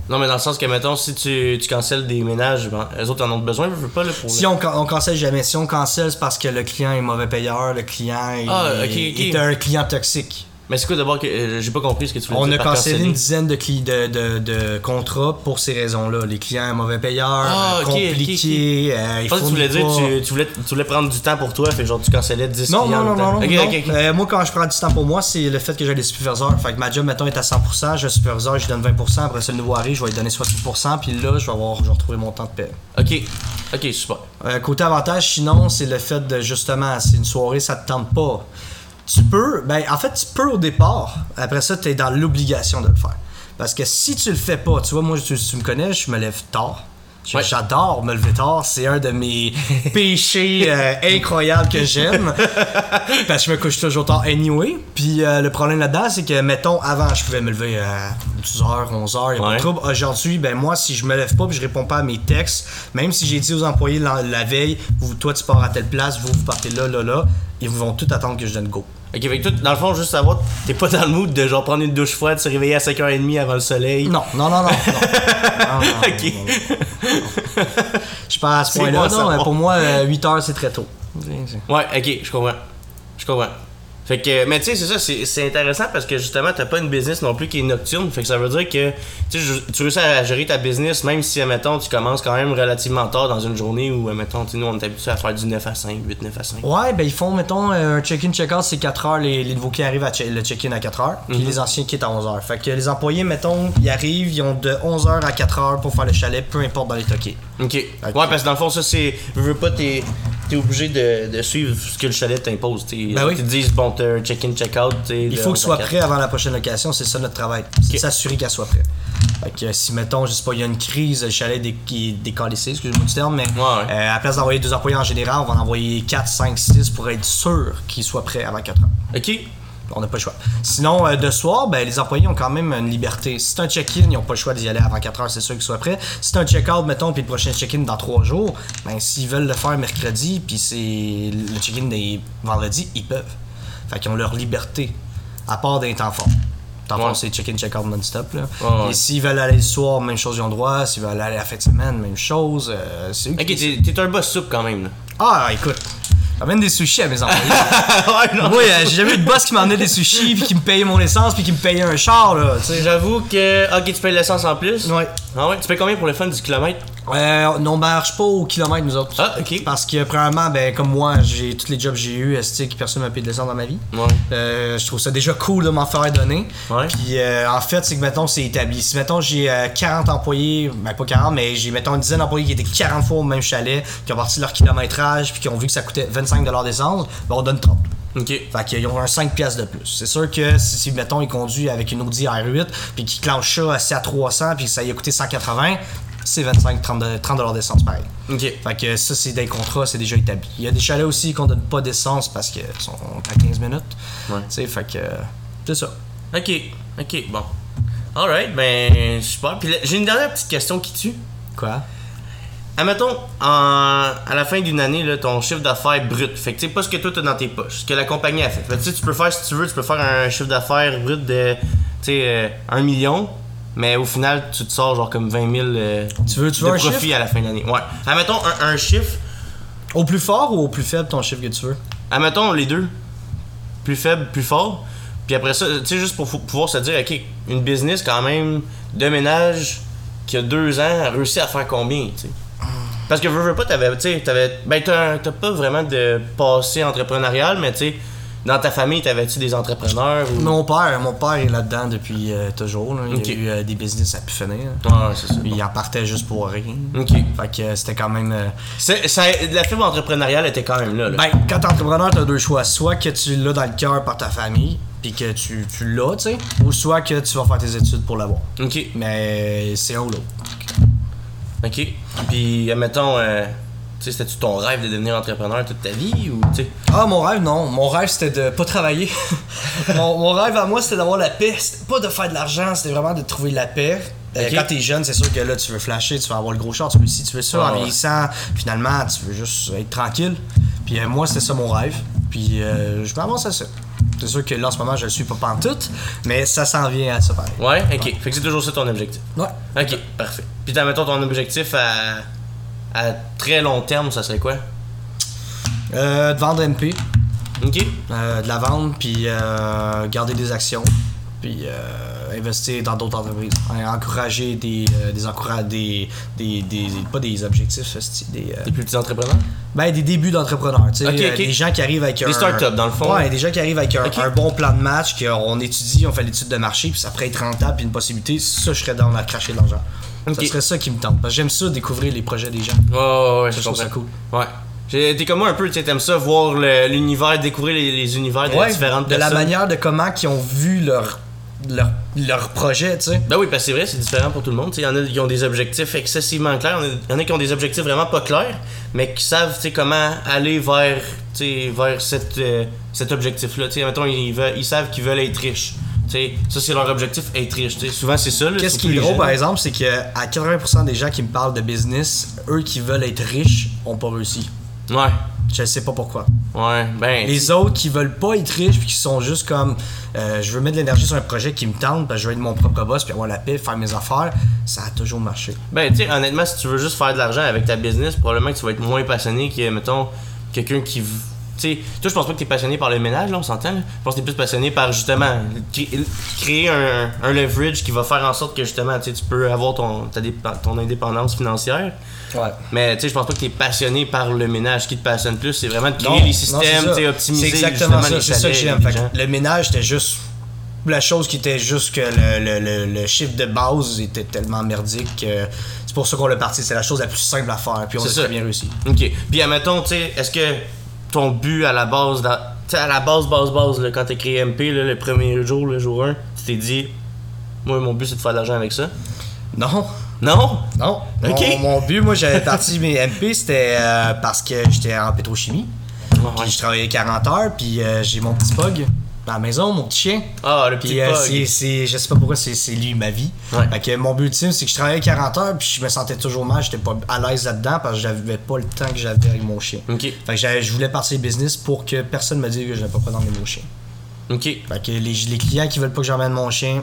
Non, mais dans le sens que, mettons, si tu, tu cancelles des ménages, ben, eux autres en ont besoin, je veux pas, là, pour...
Si on, can- on cancelle jamais, si on cancelle, c'est parce que le client est mauvais payeur, le client est,
Ah, ok, ok.
est un client toxique.
Mais c'est quoi d'abord que... euh, J'ai pas compris ce que tu voulais
On
dire
a
par
cancellé
canceller.
une dizaine de, cli- de, de- de contrats pour ces raisons-là. Les clients sont mauvais payeurs,
Ah, ok, ok, ok.
compliqués, euh, ils
Je pense que tu voulais
fournissent
dire,
pas.
tu, tu, voulais, tu voulais prendre du temps pour toi, fait que genre tu cancellais 10
Non,
clients
non, non,
en même temps.
non, non.
Ok,
non.
ok, ok.
Euh, moi, quand je prends du temps pour moi, c'est le fait que j'ai des superviseurs. Fait que ma job, mettons, est à 100%, j'ai un superviseur, je lui donne 20%, après ça, le nouveau arrive, je vais lui donner 60%, puis là, je vais avoir, je vais retrouver mon temps de paie.
Ok, ok, super.
Euh, côté avantage, sinon, c'est le fait de justement, c'est une soirée, ça te tente pas. Tu peux, ben en fait, tu peux au départ. Après ça, tu es dans l'obligation de le faire. Parce que si tu le fais pas, tu vois, moi, tu, tu me connais, je me lève tard. Je-
Ouais.
J'adore me lever tard, c'est un de mes péchés euh, incroyables que j'aime.
[laughs]
Parce que je me couche toujours tard anyway. Puis euh, le problème là-dedans, c'est que, mettons, avant, je pouvais me lever à 10h, 11h, il a pas
Ouais.
de trouble. Aujourd'hui, ben moi, si je me lève pas puis je réponds pas à mes textes, même si j'ai dit aux employés la, la veille, vous, toi, tu pars à telle place, vous, vous partez là, là, là, ils vont tout attendre que je donne go.
Ok, fait que toi, dans le fond, juste savoir, t'es pas dans le mood de genre prendre une douche froide, se réveiller à 5h30 avant le soleil.
Non, non,
[laughs]
non, non. non. Non, non, non,
Ok.
non, non, non. Je pense à ce
C'est
point-là.
bon à
Non,
savoir.
pour moi, 8h, c'est très tôt.
Ouais, ok, je comprends. Je comprends. Fait que, mais tu sais, c'est ça, c'est- c'est intéressant parce que justement, t'as pas une business non plus qui est nocturne. Fait que ça veut dire que tu sais, je- tu réussis à gérer ta business, même si, admettons, tu commences quand même relativement tard dans une journée où, admettons, tu sais, nous, on est habitué à faire du 9 à 5, 8, 9 à 5.
Ouais, ben ils font, mettons, euh, un check-in, check-out, c'est 4 heures, les, les nouveaux qui arrivent à che- le check-in à 4 heures, puis les anciens quittent à 11 heures. Fait que les employés, mettons, ils arrivent, ils ont de 11 heures à 4 heures pour faire le chalet, peu importe dans les toquets.
Ok. Ouais, parce que dans le fond, ça, c'est. Je veux pas, t'es t'es obligé de, de suivre ce que le chalet t'impose. tu
Ben oui.
Ils te disent, bon, t'as un check-in, check-out.
Il faut que soit prêt avant la prochaine location, c'est ça notre travail. C'est de s'assurer qu'elle soit prête. Fait que si, mettons, je sais pas, il y a une crise, le chalet des, qui est décalissé, excusez-moi du terme, mais
ouais.
euh, à la place d'envoyer deux employés en général, on va en envoyer 4, 5, 6 pour être sûr qu'ils soient prêts avant 4 heures.
Ok.
On n'a pas le choix. Sinon, euh, de soir, ben, les employés ont quand même une liberté. Si c'est un check-in, ils n'ont pas le choix d'y aller avant 4 heures, c'est sûr qu'ils soient prêts. Si c'est un check-out, mettons, puis le prochain check-in dans 3 jours, ben, s'ils veulent le faire mercredi, puis c'est le check-in des vendredis, ils peuvent. Fait qu'ils ont leur liberté, à part des temps forts. Temps forts,
Ouais.
c'est check-in, check-out non-stop. là.
Ouais, ouais.
Et s'ils veulent aller le soir, même chose, ils ont le droit. S'ils veulent aller à la fin de semaine, même chose. Euh, c'est eux
Ok,
qui-
t'es t'es un boss soupe quand même. là.
Ah, écoute, j'amène des sushis à mes employés.
[laughs] ouais, non.
Moi, euh, j'ai jamais eu de boss qui m'emmenait des sushis, puis qui me payait mon essence, puis qui me payait un char, là, tu sais.
J'avoue que. Ok, tu payes l'essence en plus.
Ouais.
Ah ouais, tu payes combien pour le fun du kilomètre
Euh, on marche pas au kilomètre, nous autres.
Ah, ok.
Parce que, premièrement, ben, comme moi, j'ai tous les jobs que j'ai eu, c'est que personne m'a payé de l'essence dans ma vie.
Ouais.
Euh, je trouve ça déjà cool de m'en faire donner.
Ouais.
Puis, euh, en fait, c'est que, mettons, c'est établi. Si, mettons, j'ai euh, 40 employés, ben, pas 40, mais j'ai, mettons, une dizaine d'employés qui étaient 40 fois au même chalet, qui ont parti leur kilométrage, puis qui ont vu que ça coûtait 25 d'essence, ben, on donne 30.
Ok.
Fait qu'ils ont un 5 piastres de plus. C'est sûr que si, si, mettons, il conduit avec une Audi R8, puis qu'il clenche ça à 7 à 300, puis que ça lui a coûté 180, c'est 25, 30 de- 30 dollars d'essence pareil.
Ok.
Fait que ça, c'est des contrats, c'est déjà établi. Il y a des chalets aussi qu'on donne pas d'essence parce qu'ils sont à 15 minutes.
Ouais.
Tu sais, fait que c'est ça.
Ok. Ok, bon. Alright, ben. Super. Puis là, j'ai une dernière petite question qui tue.
Quoi?
Admettons, en- à la fin d'une année, là, ton chiffre d'affaires brut, fait que tu sais pas ce que toi t'as dans tes poches, ce que la compagnie a fait. Fait que, tu sais, tu peux faire, si tu veux, tu peux faire un chiffre d'affaires brut de, tu sais, euh, 1 million, mais au final, tu te sors genre comme 20 000 euh,
Tu veux- tu
de
veux un
profit
chiffre?
à la fin de l'année. Ouais. Admettons, un, un chiffre,
Au plus fort ou au plus faible ton chiffre que tu veux?
admettons les deux, plus faible, plus fort, puis après ça, tu sais, juste pour fou- pouvoir se dire, ok, une business quand même de ménage qui a deux ans a réussi à faire combien, tu sais. Parce que veux, veux pas, t'avais, tu sais, t'avais, ben t'as, t'as pas vraiment de passé entrepreneurial, mais tu sais, dans ta famille, t'avais-tu des entrepreneurs ou...
Mon père, mon père est là-dedans depuis euh, toujours. là. Il
Ok.
a eu euh, des business à pu finir.
Ah, c'est Mm. ça.
Il en partait juste pour rien.
Ok.
Fait que euh, c'était quand même. euh,
C'est- ça- la fibre entrepreneuriale était quand même là. là.
Ben, quand t'es entrepreneur, t'as deux choix. Soit que tu l'as dans le cœur par ta famille, puis que tu, tu l'as, tu sais, ou soit que tu vas faire tes études pour l'avoir.
ok,
Mais c'est un ou l'autre.
ok. Puis, admettons, euh, tu sais, c'était-tu ton rêve de devenir entrepreneur toute ta vie ou, tu sais...
Ah, mon rêve, non. Mon rêve, c'était de pas travailler. [laughs] mon, mon rêve à moi, c'était d'avoir la paix. C'était pas de faire de l'argent, c'était vraiment de trouver la paix. Euh,
Ok.
Quand t'es jeune, c'est sûr que là, tu veux flasher, tu veux avoir le gros char, tu veux ci, tu veux ça.
Ah,
en
ouais.
vieillissant, finalement, tu veux juste être tranquille. Puis euh, moi, c'était ça mon rêve. Puis euh, je m'avance à ça. C'est sûr que là, en ce moment, je le suis pas pantoute, mais ça s'en vient à ça pareil.
Ouais, ok. Fait que c'est toujours ça ton objectif.
Ouais.
Ok, parfait. Puis t'as, mettons, ton objectif à, à très long terme, ça serait quoi?
Euh, de vendre MP,
Ok?
euh, de la vendre, puis euh, garder des actions, puis euh, investir dans d'autres entreprises. En- Encourager des, euh, des, encoura- des, des, des- pas des objectifs, esti, des, euh,
Des plus petits entrepreneurs?
ben, des débuts d'entrepreneurs. tu sais,
Ok,
euh,
ok.
Des gens qui arrivent avec un.
startups, dans le fond.
Ouais, des gens qui arrivent avec un,
Ok.
un bon plan de match, qu'on étudie, on fait l'étude de marché, puis ça pourrait être rentable, puis une possibilité. Ça, je serais dans la cracher de l'argent.
Ok.
Ça serait ça qui me tente. Parce que j'aime ça, découvrir les projets des gens.
Ouais, ouais, ouais, je
Je trouve ça cool.
Ouais. J'ai- T'es comme moi un peu, tu sais, t'aimes ça, voir le- l'univers, découvrir les, les univers des
Ouais,
différentes
de la
personnes.
manière de comment qu'ils ont vu leur, leur, leur projet, tu sais.
Ben oui, parce que c'est vrai, c'est différent pour tout le monde. tu sais. Il y en a qui ont des objectifs excessivement clairs, il y en a qui ont des objectifs vraiment pas clairs, mais qui savent tu sais, comment aller vers, tu sais, vers cette, euh, cet objectif-là. Tu sais, Mettons, ils, veulent- ils savent qu'ils veulent être riches. Tu sais, Ça, c'est leur objectif, être riche. tu sais. Souvent, c'est ça. là,
Qu'est-ce
surtout
qui est
les
drôle,
jeunes.
par exemple, c'est que à 80% des gens qui me parlent de business, eux qui veulent être riches, ont pas réussi.
Ouais.
Je sais pas pourquoi.
Ouais, ben.
Les autres qui veulent pas être riches puis qui sont juste comme euh, je veux mettre de l'énergie sur un projet qui me tente parce que je veux être mon propre boss puis avoir la paix, faire mes affaires, ça a toujours marché.
Ben, tu sais, honnêtement, si tu veux juste faire de l'argent avec ta business, probablement que tu vas être moins passionné que, mettons, quelqu'un qui v- Tu sais, toi, je pense pas que t'es passionné par le ménage, là, on s'entend. là. Je pense que t'es plus passionné par justement cré- créer un, un leverage qui va faire en sorte que justement, tu sais, tu peux avoir ton, ta dépa- ton indépendance financière.
Ouais.
Mais tu sais, je pense pas que t'es passionné par le ménage. Ce qui te passionne plus, c'est vraiment de créer
Non,
les
non, c'est
systèmes,
ça.
tu sais, optimiser
C'est exactement
justement
ça,
les
c'est ça que
chalets,
j'aime.
les
Fait que
gens.
le ménage, c'était juste la chose qui était juste que le, le- le- le chiffre de base était tellement merdique que c'est pour ça qu'on l'a parti. C'est la chose la plus simple à faire, puis on a
C'est ça.
très bien réussi.
Ok. Puis admettons, tu sais, est-ce que ton but à la base, dans- tu sais, à la base, base, base, là, quand t'as créé MP, là, le premier jour, le jour 1, tu t'es dit, moi, mon but, c'est de faire de l'argent avec ça.
Non,
Non?
non.
Ok.
Mon, mon but, moi, j'avais parti mes MP, c'était euh, parce que j'étais en pétrochimie. Puis je travaillais 40 heures, puis euh, j'ai mon petit pug à la maison, mon petit chien.
Ah, le petit
Puis euh,
bug.
c'est, c'est- je sais pas pourquoi, c'est, c'est lui ma vie.
Ouais.
Fait que mon but ultime, c'est que je travaillais 40 heures, puis je me sentais toujours mal, j'étais pas à l'aise là-dedans parce que j'avais pas le temps que j'avais avec mon chien.
Ok,
Fait que j'avais- je voulais partir business pour que personne me dise que je n'avais pas pas dans mes mon chien.
ok.
Fait que les, les clients qui veulent pas que j'emmène mon chien,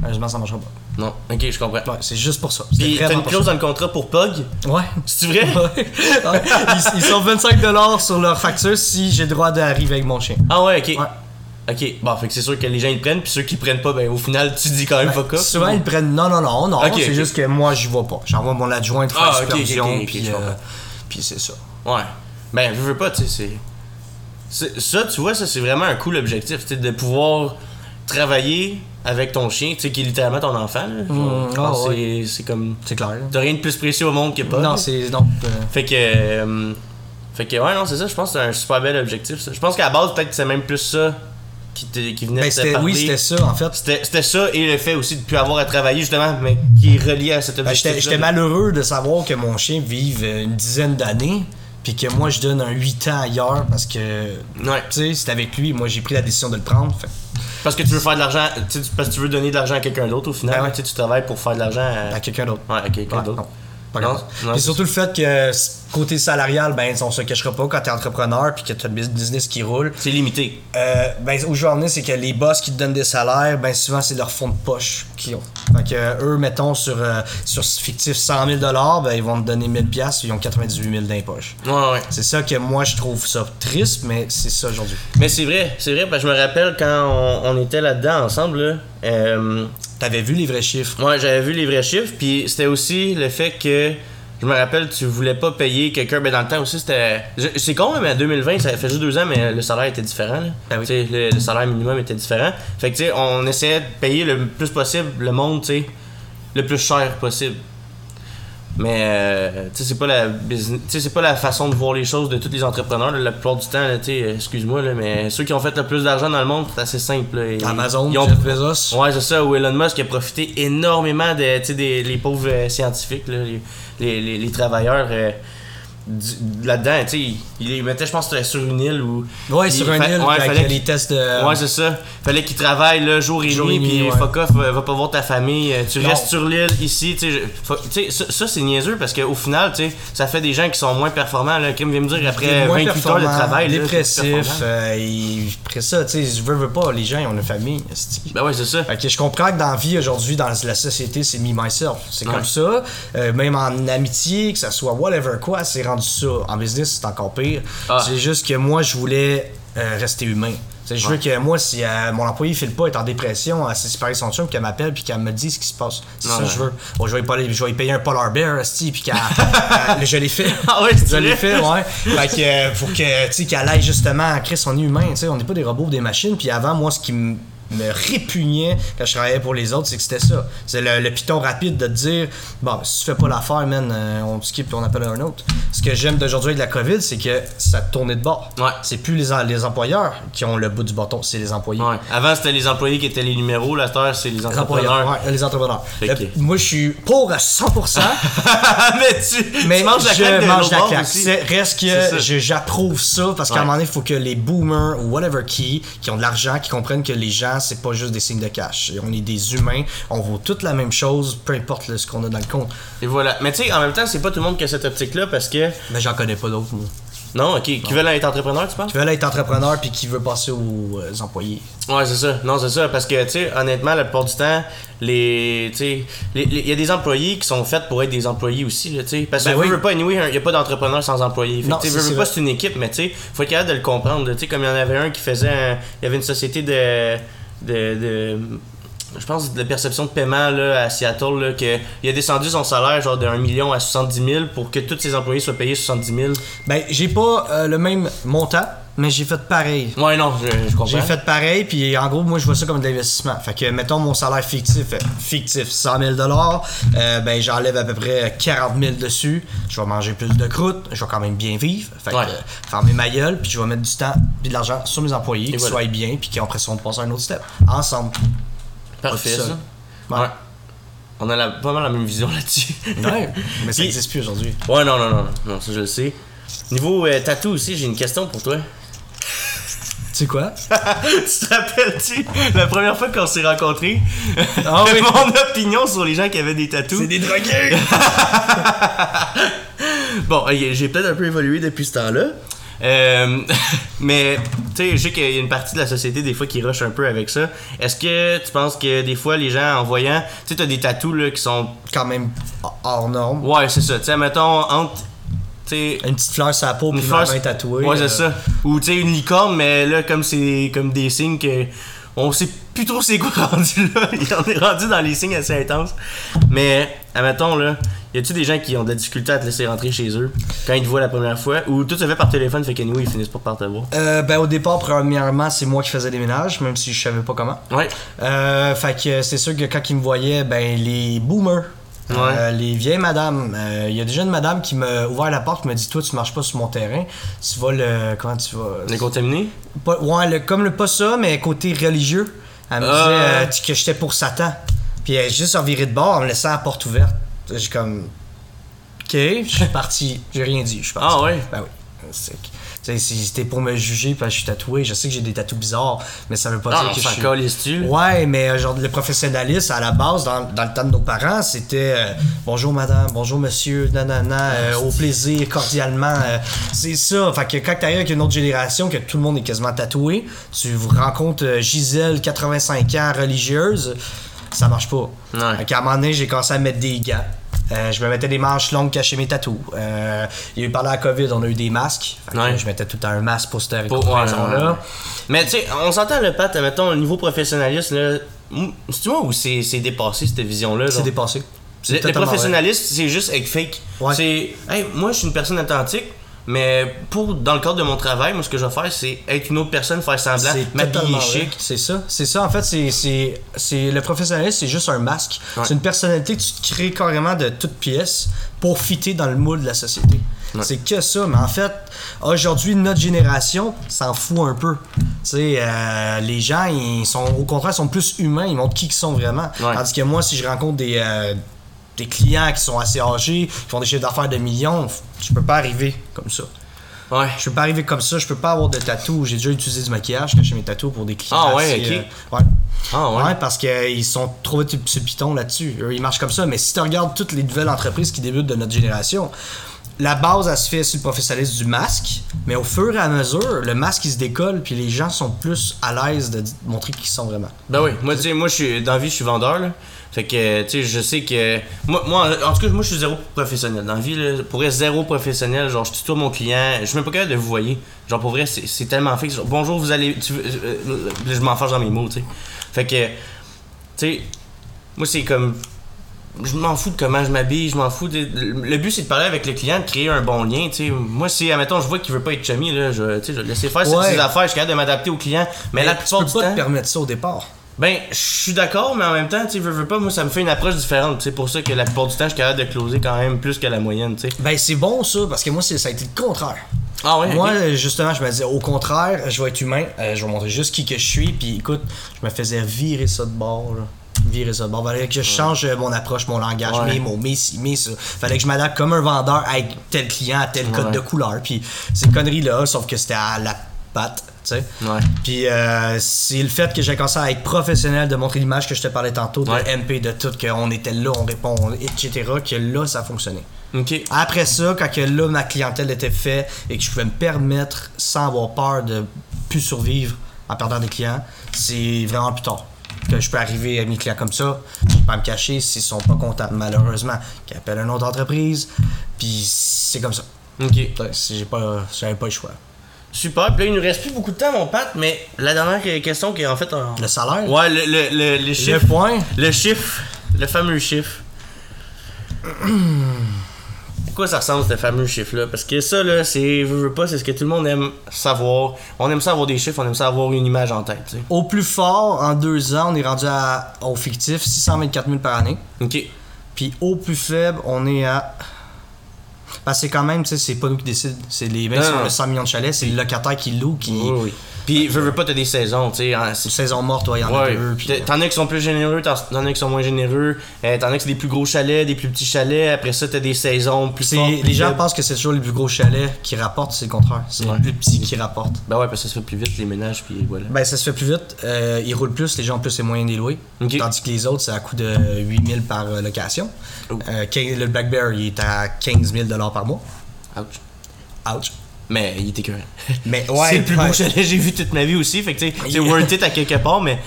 malheureusement, ça marchera pas.
Non, ok, je comprends.
Ouais, c'est juste pour ça. C'est
Puis t'as
vraiment
une
pour
clause dans le contrat pour Pog.
ça. Ouais.
C'est vrai?
Ouais. ils, ils sont 25$ sur leur facture si j'ai le droit d'arriver avec mon chien.
Ah ouais, ok.
Ouais.
Ok, bon, fait que c'est sûr que les gens ils le prennent, puis ceux qui le prennent pas, ben au final, tu dis quand même fuck off.
Souvent, ils prennent non, non, non, non.
Ok,
c'est
ok.
juste que moi, j'y vois pas. J'envoie mon adjoint de faire
Ah,
la
ok, ok,
supervision,
ok, ok,
puis,
je
euh,
comprends.
puis c'est ça.
Ouais. Ben, je veux pas, tu sais, c'est- c'est. Ça, tu vois, ça, c'est vraiment un cool objectif, tu sais, de pouvoir travailler avec ton chien, tu sais, qui est littéralement ton enfant. là. Genre, je
ah
pense que c'est- c'est comme.
C'est clair. là.
T'as rien de plus précieux au monde que pas.
Non, c'est. Non. euh,
Fait que. euh, fait que, ouais, non, c'est ça, je pense que c'est un super bel objectif, ça. Je pense qu'à la base, peut-être que c'est même plus ça qui, te- qui venait
ben,
de te
c'était-
parler.
oui, c'était ça, en fait.
C'était c'était ça et le fait aussi de ne plus avoir à travailler, justement, mais qui est relié à cet
Ben,
objectif.
J'étais j'étais malheureux de savoir que mon chien vive euh, une dizaine d'années, puis que moi, je donne un 8 ans ailleurs parce que.
Ouais.
Tu sais, c'est avec lui, moi, j'ai pris la décision de le prendre. Fait.
Parce que tu veux faire de l'argent, tu sais, parce que tu veux donner de l'argent à quelqu'un d'autre au final.
Ben ouais.
tu sais, tu travailles pour faire de l'argent à,
à quelqu'un d'autre.
ouais, à quelqu'un
Ouais,
d'autre.
non. Pas
Non,
grave.
non,
Puis
c'est-
surtout le fait que euh, côté salarial, ben on se le cachera pas quand t'es entrepreneur puis que t'as le business qui roule.
C'est limité.
Euh, ben, où je veux en venir, c'est que les boss qui te donnent des salaires, ben souvent c'est leur fonds de poche qu'ils ont. Fait que euh, eux, mettons sur, euh, sur ce fictif 100 000 ben ils vont te donner 1000 pièces ils ont 98 000 dans les poches.
Ouais, ouais.
C'est ça que moi je trouve ça triste, mais c'est ça aujourd'hui.
Mais c'est vrai, c'est vrai, parce que je me rappelle quand on, on était là-dedans ensemble, là, euh,
T'avais vu les vrais chiffres?
moi j'avais vu les vrais chiffres, puis c'était aussi le fait que. Je me rappelle, tu voulais pas payer quelqu'un, mais dans le temps aussi, c'était. je- C'est con, là, mais en 2020, ça fait juste deux ans, mais le salaire était différent. là.
Ben oui.
Tu sais, Le, le salaire minimum était différent. Fait que, tu sais, on essayait de payer le plus possible le monde, tu sais, le plus cher possible. Mais euh, tu sais, c'est pas la business, tu sais, c'est pas la façon de voir les choses de tous les entrepreneurs là, la plupart du temps. là, tu sais, euh, excuse-moi là, mais ceux qui ont fait le plus d'argent dans le monde, c'est assez simple. là, et-
Amazon,
ils ont-
Jeff Bezos.
Ouais, c'est ça. Où Elon Musk a profité énormément de, tu sais, des les pauvres euh, scientifiques, là, les, les, les- les travailleurs. euh, du- là-dedans, tu sais, il- il les mettait, je pense, c'était sur une île ou.
Ouais, sur un île, avec les tests de.
Ouais, c'est ça. Fallait qu'il travaille là, jour et
Jour
nuit,
et nuit,
puis
ouais.
fuck off, euh, va pas voir ta famille, euh, tu
Non.
restes sur l'île ici. tu sais, je- fa- tu sais, ça, ça, c'est niaiseux parce qu'au final, tu sais, ça fait des gens qui sont moins performants. Là. Kim vient me dire
T'es
après
moins
28 heures de
performant,
travail. là, t'es plus
Dépressif.
performant.
euh, et après ça, tu sais, je veux, veux pas, les gens, ils ont une famille. esti.
Ben ouais, c'est ça.
Fait que je comprends que dans la vie aujourd'hui, dans la société, c'est me, myself. C'est
Ouais.
comme ça. Euh, même en amitié, que ça soit whatever quoi, c'est rendu ça. En business, c'est encore pire.
Ah.
C'est juste que moi, je voulais euh, rester humain. C'est je veux que moi, si euh, mon employé file pas, est en dépression, à ses super son chum, qu'elle m'appelle puis qu'elle me dise ce qui se passe. C'est
Ouais,
ça que
ouais.
je veux. Bon, je vais pas aller- je vais lui payer un polar bear, esti,
[laughs]
puis qu'elle. euh, je l'ai fait.
Ah ouais, c'est
Je l'ai
vrai?
fait, ouais. Fait que euh, pour que tu sais qu'elle aille justement, Chris, on est humain, tu sais, on n'est pas des robots ou des machines. Puis avant, moi, ce qui me me répugnait quand je travaillais pour les autres, c'est que c'était ça. C'est le, le piton rapide de te dire Bon, ben, si tu fais pas l'affaire, man, euh, on te skip et on appelle un autre. Ce que j'aime d'aujourd'hui avec la COVID, c'est que ça te tournait de bord.
Ouais.
C'est plus les, en- les employeurs qui ont le bout du bâton, c'est les employés.
Ouais. Avant, c'était les employés qui étaient les numéros. Là, à cette heure, c'est les
Les employeurs,
entrepreneurs.
ouais, les entrepreneurs.
Fait
Le-
que-
moi, je suis pour à 100%.
[laughs] mais
[laughs]
tu,
mais
tu manges la
je
claque de
mange la
l'autre
claque.
bord aussi.
C'est- Reste
C'est ça.
que je- j'approuve ça parce qu'à
Ouais.
un moment donné, il faut que les boomers ou whatever qui, qui ont de l'argent, qui comprennent que les gens, c'est pas juste des signes de cash. On est des humains, on vaut toute la même chose, peu importe le- ce qu'on a dans le compte.
Et voilà. Mais tu sais, en même temps, c'est pas tout le monde qui a cette optique-là parce que.
Mais j'en connais pas d'autres, moi.
Non, ok. Qui veulent être entrepreneurs, tu penses?
qui veulent être entrepreneurs puis qui veulent passer aux euh, employés.
Ouais, c'est ça. Non, c'est ça. Parce que, tu sais, honnêtement, la plupart du temps, les. Tu sais, les- les- il y a des employés qui sont faits pour être des employés aussi, là, tu sais. Parce que,
Ben
veux,
oui.
veux pas, anyway, il n'y a pas d'entrepreneur sans employé. Fait que,
Non,
tu sais,
c'est-
veux,
c'est
veux pas,
vrai.
c'est une équipe, mais, tu sais, faut être capable de le comprendre, là. tu sais. Comme il y en avait un qui faisait. un- il y avait une société de. de, de je pense de perception de paiement là, à Seattle, là, que il a descendu son salaire genre de 1 million à 70 000 pour que tous ses employés soient payés 70 000.
Ben, j'ai pas euh, le même montant, mais j'ai fait pareil.
Ouais, non, je, je comprends.
J'ai fait pareil, puis en gros, moi, je vois ça comme de l'investissement. Fait que, mettons, mon salaire fictif, euh, fictif, 100 000 euh, ben, j'enlève à peu près 40 000 dessus. Je vais manger plus de croûte, je vais quand même bien vivre. Fait que,
Ouais.
euh, fermer ma gueule, puis je vais mettre du temps, puis de l'argent sur mes employés, qu'ils
voilà.
soient bien, puis qu'après ça, on passe à un autre step. Ensemble.
Parfait,
Pas tout
ça.
seul.
Ouais. On a la- pas mal la même vision [laughs] là-dessus.
Ouais. [laughs] Mais ça
Puis-
n'existe plus aujourd'hui.
Ouais, non, non, non, non, non, ça je le sais. Niveau euh, tatou aussi, j'ai une question pour toi.
Tu sais quoi?
[laughs] tu te rappelles-tu la première fois qu'on s'est rencontrés? [laughs]
Ah oui.
Mon opinion sur les gens qui avaient des tatous.
des drogués!
Bon, euh, j'ai peut-être un peu évolué depuis ce temps-là. Euh, [laughs] mais, tu sais, je sais qu'il y a une partie de la société des fois qui rush un peu avec ça. Est-ce que tu penses que des fois les gens en voyant, tu sais, t'as des tatous là qui sont.
quand même hors norme.
Ouais, c'est ça. Tu sais, mettons, entre. tu sais,
Une petite fleur sur la peau,
Une
puis
fleur-
ma main tatouée.
Ouais, c'est
euh,
ça. Ou tu sais, une licorne, mais là, comme c'est comme des signes que. On sait plus trop c'est quoi rendu là. [laughs] Il en est rendu dans les signes assez intenses. Mais, admettons, là, y a-tu des gens qui ont de la difficulté à te laisser rentrer chez eux quand ils te voient la première fois Ou tout se fait par téléphone, fait qu'anyway, ils finissent pas par te voir.
Euh, ben, au départ, premièrement, c'est moi qui faisais les ménages, même si je savais pas comment.
Ouais.
Euh, fait que c'est sûr que quand ils me voyaient, ben, les boomers. euh, les vieilles madames. Euh, Il y a déjà une madame qui m'a ouvert la porte, qui m'a dit Toi, tu marches pas sur mon terrain. Tu vas le. Comment tu vas.
Les contaminés
Pas- ouais, le- comme le pas ça, mais côté religieux. Elle me
Ah.
disait euh, tu- que j'étais pour Satan. Puis elle est juste en virée de bord en me laissant la porte ouverte. J'ai comme. Ok, je suis parti. J'ai rien dit, je suis parti.
Ah ouais.
Ben oui. C'est que- tu sais, si c'était pour me juger parce que je suis tatoué, je sais que j'ai des tatous bizarres, mais ça veut pas
Non,
dire
Ah, on
que Ah, je
s'en
suis.
calisse-tu?
Ouais, mais euh, genre le professionnalisme à la base, dans, dans le temps de nos parents, c'était euh, bonjour madame, bonjour monsieur,
Ah,
nanana, euh, au plaisir, cordialement. euh, c'est ça. Fait que quand t'arrives avec une autre génération, que tout le monde est quasiment tatoué, tu rencontres euh, Gisèle, 85 ans, religieuse, ça marche pas.
Ouais.
Fait qu'à un moment donné, j'ai commencé à mettre des gants. Euh, je me mettais des manches longues cachées mes tatous. Euh, il y a eu pendant la COVID, on a eu des masques. Fait que
Ouais.
Je mettais tout le temps un masque pour cette
Pour- ouais, ouais, ouais.
raison-là.
Mais tu sais, on s'entend le pat, mettons, au niveau professionnaliste, là. m- C'est-tu moi ou c'est c'est dépassé cette vision-là?
C'est
genre?
dépassé. C'est
Le, le
totalement vrai.
professionnaliste, c'est juste être fake.
Ouais.
C'est, hey, moi, je suis une personne authentique, mais pour dans le cadre de mon travail, moi, ce que je vais faire, c'est être une autre personne, faire semblant,
C'est
m'habiller
totalement
chic.
vrai. C'est ça. C'est ça. En fait, c'est, c'est, c'est- le professionnalisme, c'est juste un masque. C'est une personnalité que tu te crées carrément de toutes pièces pour fitter dans le moule de la société. C'est que ça. Mais en fait, aujourd'hui, notre génération s'en fout un peu. Tu sais, euh, les gens, ils sont, au contraire, sont plus humains. Ils montrent qui ils sont vraiment.
Ouais.
Tandis que moi, si je rencontre des, euh, des clients qui sont assez âgés, qui font des chiffres d'affaires de millions, je peux pas arriver comme ça.
Ouais.
Je peux pas arriver comme ça, je peux pas avoir de tatou. J'ai déjà utilisé du maquillage, caché mes tatous pour des clients.
Ah ouais,
assez,
ok.
euh, ouais.
Ah ouais.
Ouais, parce qu'ils sont trop petits pitons là-dessus. Eux, Ils marchent comme ça. Mais si tu regardes toutes les nouvelles entreprises qui débutent de notre génération, la base, elle se fait sur le professionnalisme du masque. Mais au fur et à mesure, le masque, il se décolle, puis les gens sont plus à l'aise de d- montrer qui ils sont vraiment.
Ben oui, moi, tu sais, moi, je suis, dans la vie, je suis vendeur, là. Fait que, tu sais, je sais que. Moi, moi, en tout cas, moi, je suis zéro professionnel. Dans la vie, là, pour être zéro professionnel, genre, je tutoie mon client, je suis même pas capable de vous voyer. Genre, pour vrai, c'est c'est tellement fixe. Genre, bonjour, vous allez. tu veux- euh, euh, je m'en fâche dans mes mots, tu sais. Fait que, tu sais, moi, c'est comme. Je m'en fous de comment je m'habille, je m'en fous. de- Le but, c'est de parler avec le client, de créer un bon lien, tu sais. Moi, si, admettons, je vois qu'il veut pas être chummy, là, je, tu sais, je vais le laisser faire ses
Ouais.
petites affaires, je suis capable de m'adapter au client. Mais, la
tu
plupart
peux
du
pas
temps.
te permettre ça au départ.
Ben, je suis d'accord, mais en même temps, tu sais, veux, veux pas, moi, ça me fait une approche différente. C'est pour ça que la plupart du temps, je suis capable de closer quand même plus que la moyenne, tu sais.
Ben, c'est bon ça, parce que moi, c'est- ça a été le contraire.
Ah ouais,
Moi,
ok.
euh, justement, je me disais, au contraire, je vais être humain, euh, je vais montrer juste qui que je suis, puis écoute, je me faisais virer ça de bord, là. Virer ça de bord. Fallait que je change euh, mon approche, mon langage,
Ouais.
mes mots, mes ci, mes ça. Fallait que je m'adapte comme un vendeur avec tel client, à tel code
Ouais.
de couleur, puis ces conneries-là, sauf que c'était à la Pat, tu sais.
Ouais.
Puis euh, c'est le fait que j'ai commencé à être professionnel, de montrer l'image que je te parlais tantôt, de
Ouais.
MP, de tout, qu'on était là, on répond, etc., que là, ça fonctionnait.
Ok.
Après ça, quand que là, ma clientèle était faite et que je pouvais me permettre, sans avoir peur de plus survivre en perdant des clients, c'est vraiment plus tard que je peux arriver à mes clients comme ça. Je peux pas me cacher s'ils sont pas contents, malheureusement, qu'ils appellent une autre entreprise. Puis c'est comme ça.
Ok.
Si J'ai pas, j'avais pas le choix.
Super. Puis là, il nous reste plus beaucoup de temps, mon Pat, mais la dernière question qui est en fait. un-
Le salaire,
Ouais, le, le, le, les
le
chiffres.
point,
Le chiffre, le fameux chiffre. À quoi ça ressemble ce fameux chiffre-là? Parce que ça, là, c'est, je veux pas, c'est ce que tout le monde aime savoir. On aime ça avoir des chiffres, on aime ça avoir une image en tête, tu sais.
au plus fort, en deux ans, on est rendu à, au fictif 624 000 par année.
Ok.
Puis au plus faible, on est à. Parce que c'est quand même, tu sais, c'est pas nous qui décident. C'est les mecs qui
Non,
ont
non.
le 100 millions de chalets, c'est le locataire qui loue, qui.
Oui, oui. Puis, je veux pas, t'as des saisons, tu sais. hein, c'est-
Saison morte, toi, il y en a
Ouais,
deux. puis-
T'en- t'en as qui sont plus généreux, t'en t'en as qui sont moins généreux, euh, t'en as qui c'est des plus gros chalets, des plus petits chalets, après ça t'as des saisons plus
C'est-
fortes.
les
plus
gens
faibles.
pensent que c'est toujours les plus gros chalets qui rapportent, c'est le contraire. C'est
Ouais.
les plus petits qui rapportent.
Ben ouais, parce que ça se fait plus vite les ménages, puis voilà.
Ben, ça se fait plus vite, euh, ils roulent plus, les gens ont plus les moyens d'y louer.
Ok.
Tandis que les autres, c'est à coût de 8000 par euh, location.
Oh.
Euh, quin- le Black Bear, il est à 15 000 par mois.
Ouch.
Ouch.
Mais il était écœurant.
Mais ouais,
[laughs] c'est le plus beau
ouais.
chalet que j'ai vu toute ma vie aussi, fait que tu sais, c'est worth it à quelque part, mais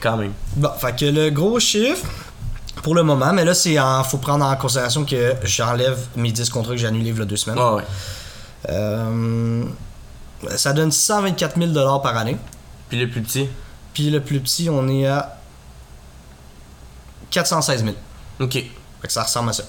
quand même.
Bon, fait que le gros chiffre pour le moment, mais là, c'est en, faut prendre en considération que j'enlève mes 10 contrats que j'ai annulés il y a deux semaines.
Ouais, ouais.
Euh, ça donne 124 000 par année.
Puis le plus petit.
Puis le plus petit, on est à 416 000.
Ok.
Fait que ça ressemble à ça.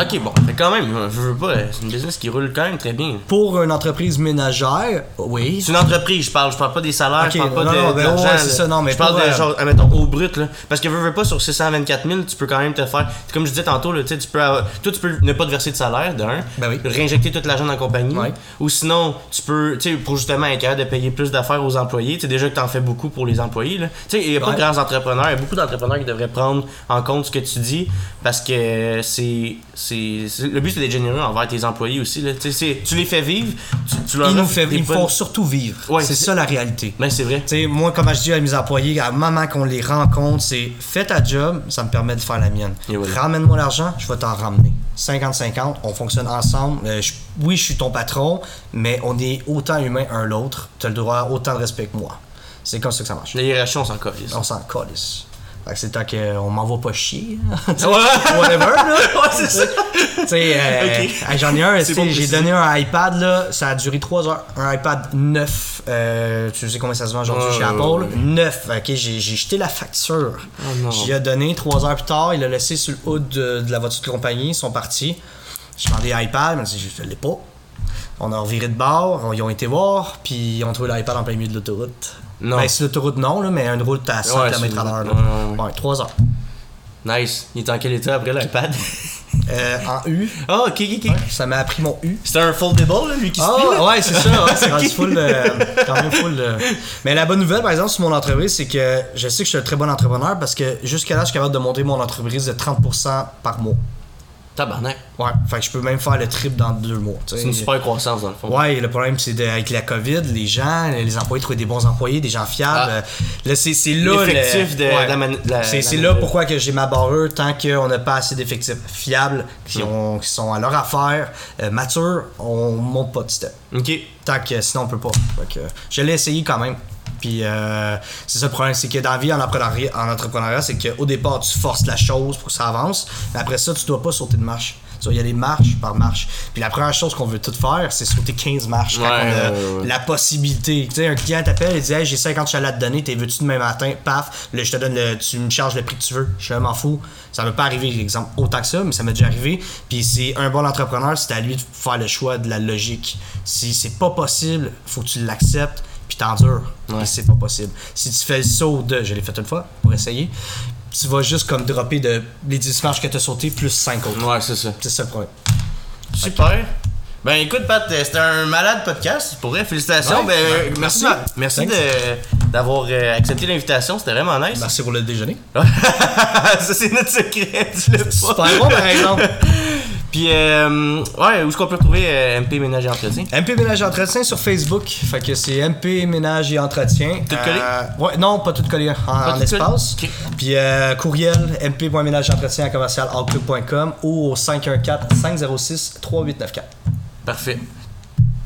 Ok, bon, mais quand même, euh, je veux pas, euh, c'est une business qui roule quand même très bien.
Pour une entreprise ménagère, oui.
C'est une entreprise, je parle. Je parle pas des salaires, je
Ok,
parle pas
non,
de,
non,
de
ben,
l'argent,
ouais, c'est
là.
ça, non, mais
je parle
pour,
de
euh,
genre, admettons, au brut, là. Parce que veux, veux pas, sur 624 000, tu peux quand même te faire. c'est Comme je disais tantôt, là, tu sais, tu peux avoir- toi, tu peux ne pas te verser de salaire, d'un.
Ben oui.
Réinjecter toute l'argent dans la compagnie.
Ouais.
Ou sinon, tu peux, tu sais, pour justement être capable de payer plus d'affaires aux employés. Tu sais, déjà que t'en fais beaucoup pour les employés, là. Tu sais, il y a pas
Ouais.
de grands entrepreneurs. Il y a beaucoup d'entrepreneurs qui devraient prendre en compte ce que tu dis parce que c'est. c'est- c'est- Le but, c'est d'être généreux envers tes employés aussi, là. Tu sais, c'est- tu les fais vivre, tu, tu leur
Ils nous
offres
fait-
des
ils me
bonnes-
font surtout vivre.
Ouais,
c'est
c'est-
ça la réalité.
Ben, c'est vrai.
Tu sais, moi, comme je dis à mes employés, à maman qu'on les rencontre, c'est fais ta job, ça me permet de faire la mienne.
Et voilà.
Ramène-moi l'argent, je vais t'en ramener. 50-50, on fonctionne ensemble. Euh, je- oui, je suis ton patron, mais on est autant humains un l'autre. Tu as le droit à autant de respect que moi. C'est comme ça que ça marche.
La hiérarchie, on s'en calisse.
On s'en calisse. Fait que c'est tant qu'on m'envoie pas chier. hein. [laughs]
[laughs] Ouais,
Whatever, là.
[laughs] ouais c'est ça.
Tu sais, euh,
Ok.
hey, j'en ai un,
C'est
tu sais,
bon,
j'ai
précisé.
donné un iPad, là, ça a duré 3 heures. Un iPad neuf, euh, tu sais combien ça se vend aujourd'hui
Ouais,
chez
ouais,
Apple?
ouais. Oh
Neuf, ok, j'ai j'ai jeté la facture.
non.
J'y ai donné 3 heures plus tard, il l'a laissé sur le hood de, de la voiture de compagnie, ils sont partis. J'ai demandé iPad, mais je ne l'ai pas. On a reviré de bord, on- ils ont été voir, puis ils ont trouvé l'iPad en plein milieu de l'autoroute.
Non.
Ben, c'est l'autoroute, non, là, mais une route à 100
Ouais,
km à
c'est-
l'heure. là.
ouais, ouais,
Ouais, 3 heures.
Nice. Il est en quel état après [laughs] l'iPad?
Euh, en U,
Ah, ok, ok, ok.
ça m'a appris mon U.
C'était un foldable, là, lui qui se
Ah,
plie, là?
ouais, c'est ça,
[laughs]
ouais, c'est rendu full, euh, quand même full. euh. Mais la bonne nouvelle, par exemple, sur mon entreprise, c'est que je sais que je suis un très bon entrepreneur parce que jusqu'à là, je suis capable de monter mon entreprise de 30% par mois.
oh, Tabarnak.
Ouais, fait que je peux même faire le triple dans deux mois. tu sais.
C'est une super croissance, dans le fond.
Ouais, le problème, c'est de- avec la COVID, les gens, les employés trouver des bons employés, des gens fiables.
Ah.
Euh, Là, c'est c'est là.
L'effectif de- de la man- de la-
C'est
la
c'est
man-
là pourquoi que j'ai ma barreur tant qu'on n'a pas assez d'effectifs fiables qui,
Hmm.
ont, qui sont à leur affaire, euh, matures, on monte pas de step.
Ok.
Tant que sinon on peut pas. Fait que, je l'ai essayé quand même. Puis euh, c'est ça le problème, c'est que dans la vie en entrepreneuriat, en entrepreneuriat, c'est qu'au départ tu forces la chose pour que ça avance, mais après ça tu dois pas sauter de marche. Tu dois y aller marche par marche. Puis la première chose qu'on veut tout faire, c'est sauter 15 marches quand
Ouais,
on a
ouais, ouais.
la possibilité. Tu sais, un client t'appelle et dit Hey, j'ai 50 chalets à te donner, t'es veux-tu demain matin Paf, là je te donne le, tu me charges le prix que tu veux. Je ah, m'en fous. Ça m'est pas arrivé, exemple, autant que ça, mais ça m'est déjà arrivé. Puis c'est un bon entrepreneur, c'est à lui de faire le choix de la logique. Si c'est pas possible, faut que tu l'acceptes, puis t'endures. Puis c'est pas possible. Si tu fais le saut de, je l'ai fait une fois pour essayer, tu vas juste comme dropper de les 10 marches que t'as sauté plus 5 autres.
Ouais, c'est ça.
C'est ça le problème.
Super. Ben écoute, Pat, euh, c'était un malade podcast, pour vrai. Félicitations.
Ouais.
ben, euh,
Ben,
merci.
merci.
Merci de- d'avoir euh, accepté l'invitation. C'était vraiment nice. [laughs]
Merci pour le déjeuner.
ça, c'est notre secret. dis-le pas.
Super bon par exemple.
[laughs] Puis, euh, ouais, où est-ce qu'on peut retrouver euh, MP Ménage et Entretien?
MP Ménage et Entretien sur Facebook. Fait que c'est MP Ménage et Entretien.
Tout collé? Ah,
collé? Ouais, non, pas tout collé, en, en
tout collé?
espace.
Ok.
Puis euh, courriel mp.ménageenentretien à commercial outlook.com ou au 514-506-3894.
Parfait.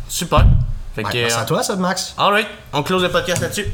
Super. Fait
Ouais,
que. euh,
merci à toi, ça, Max.
Alright, on close le podcast là-dessus.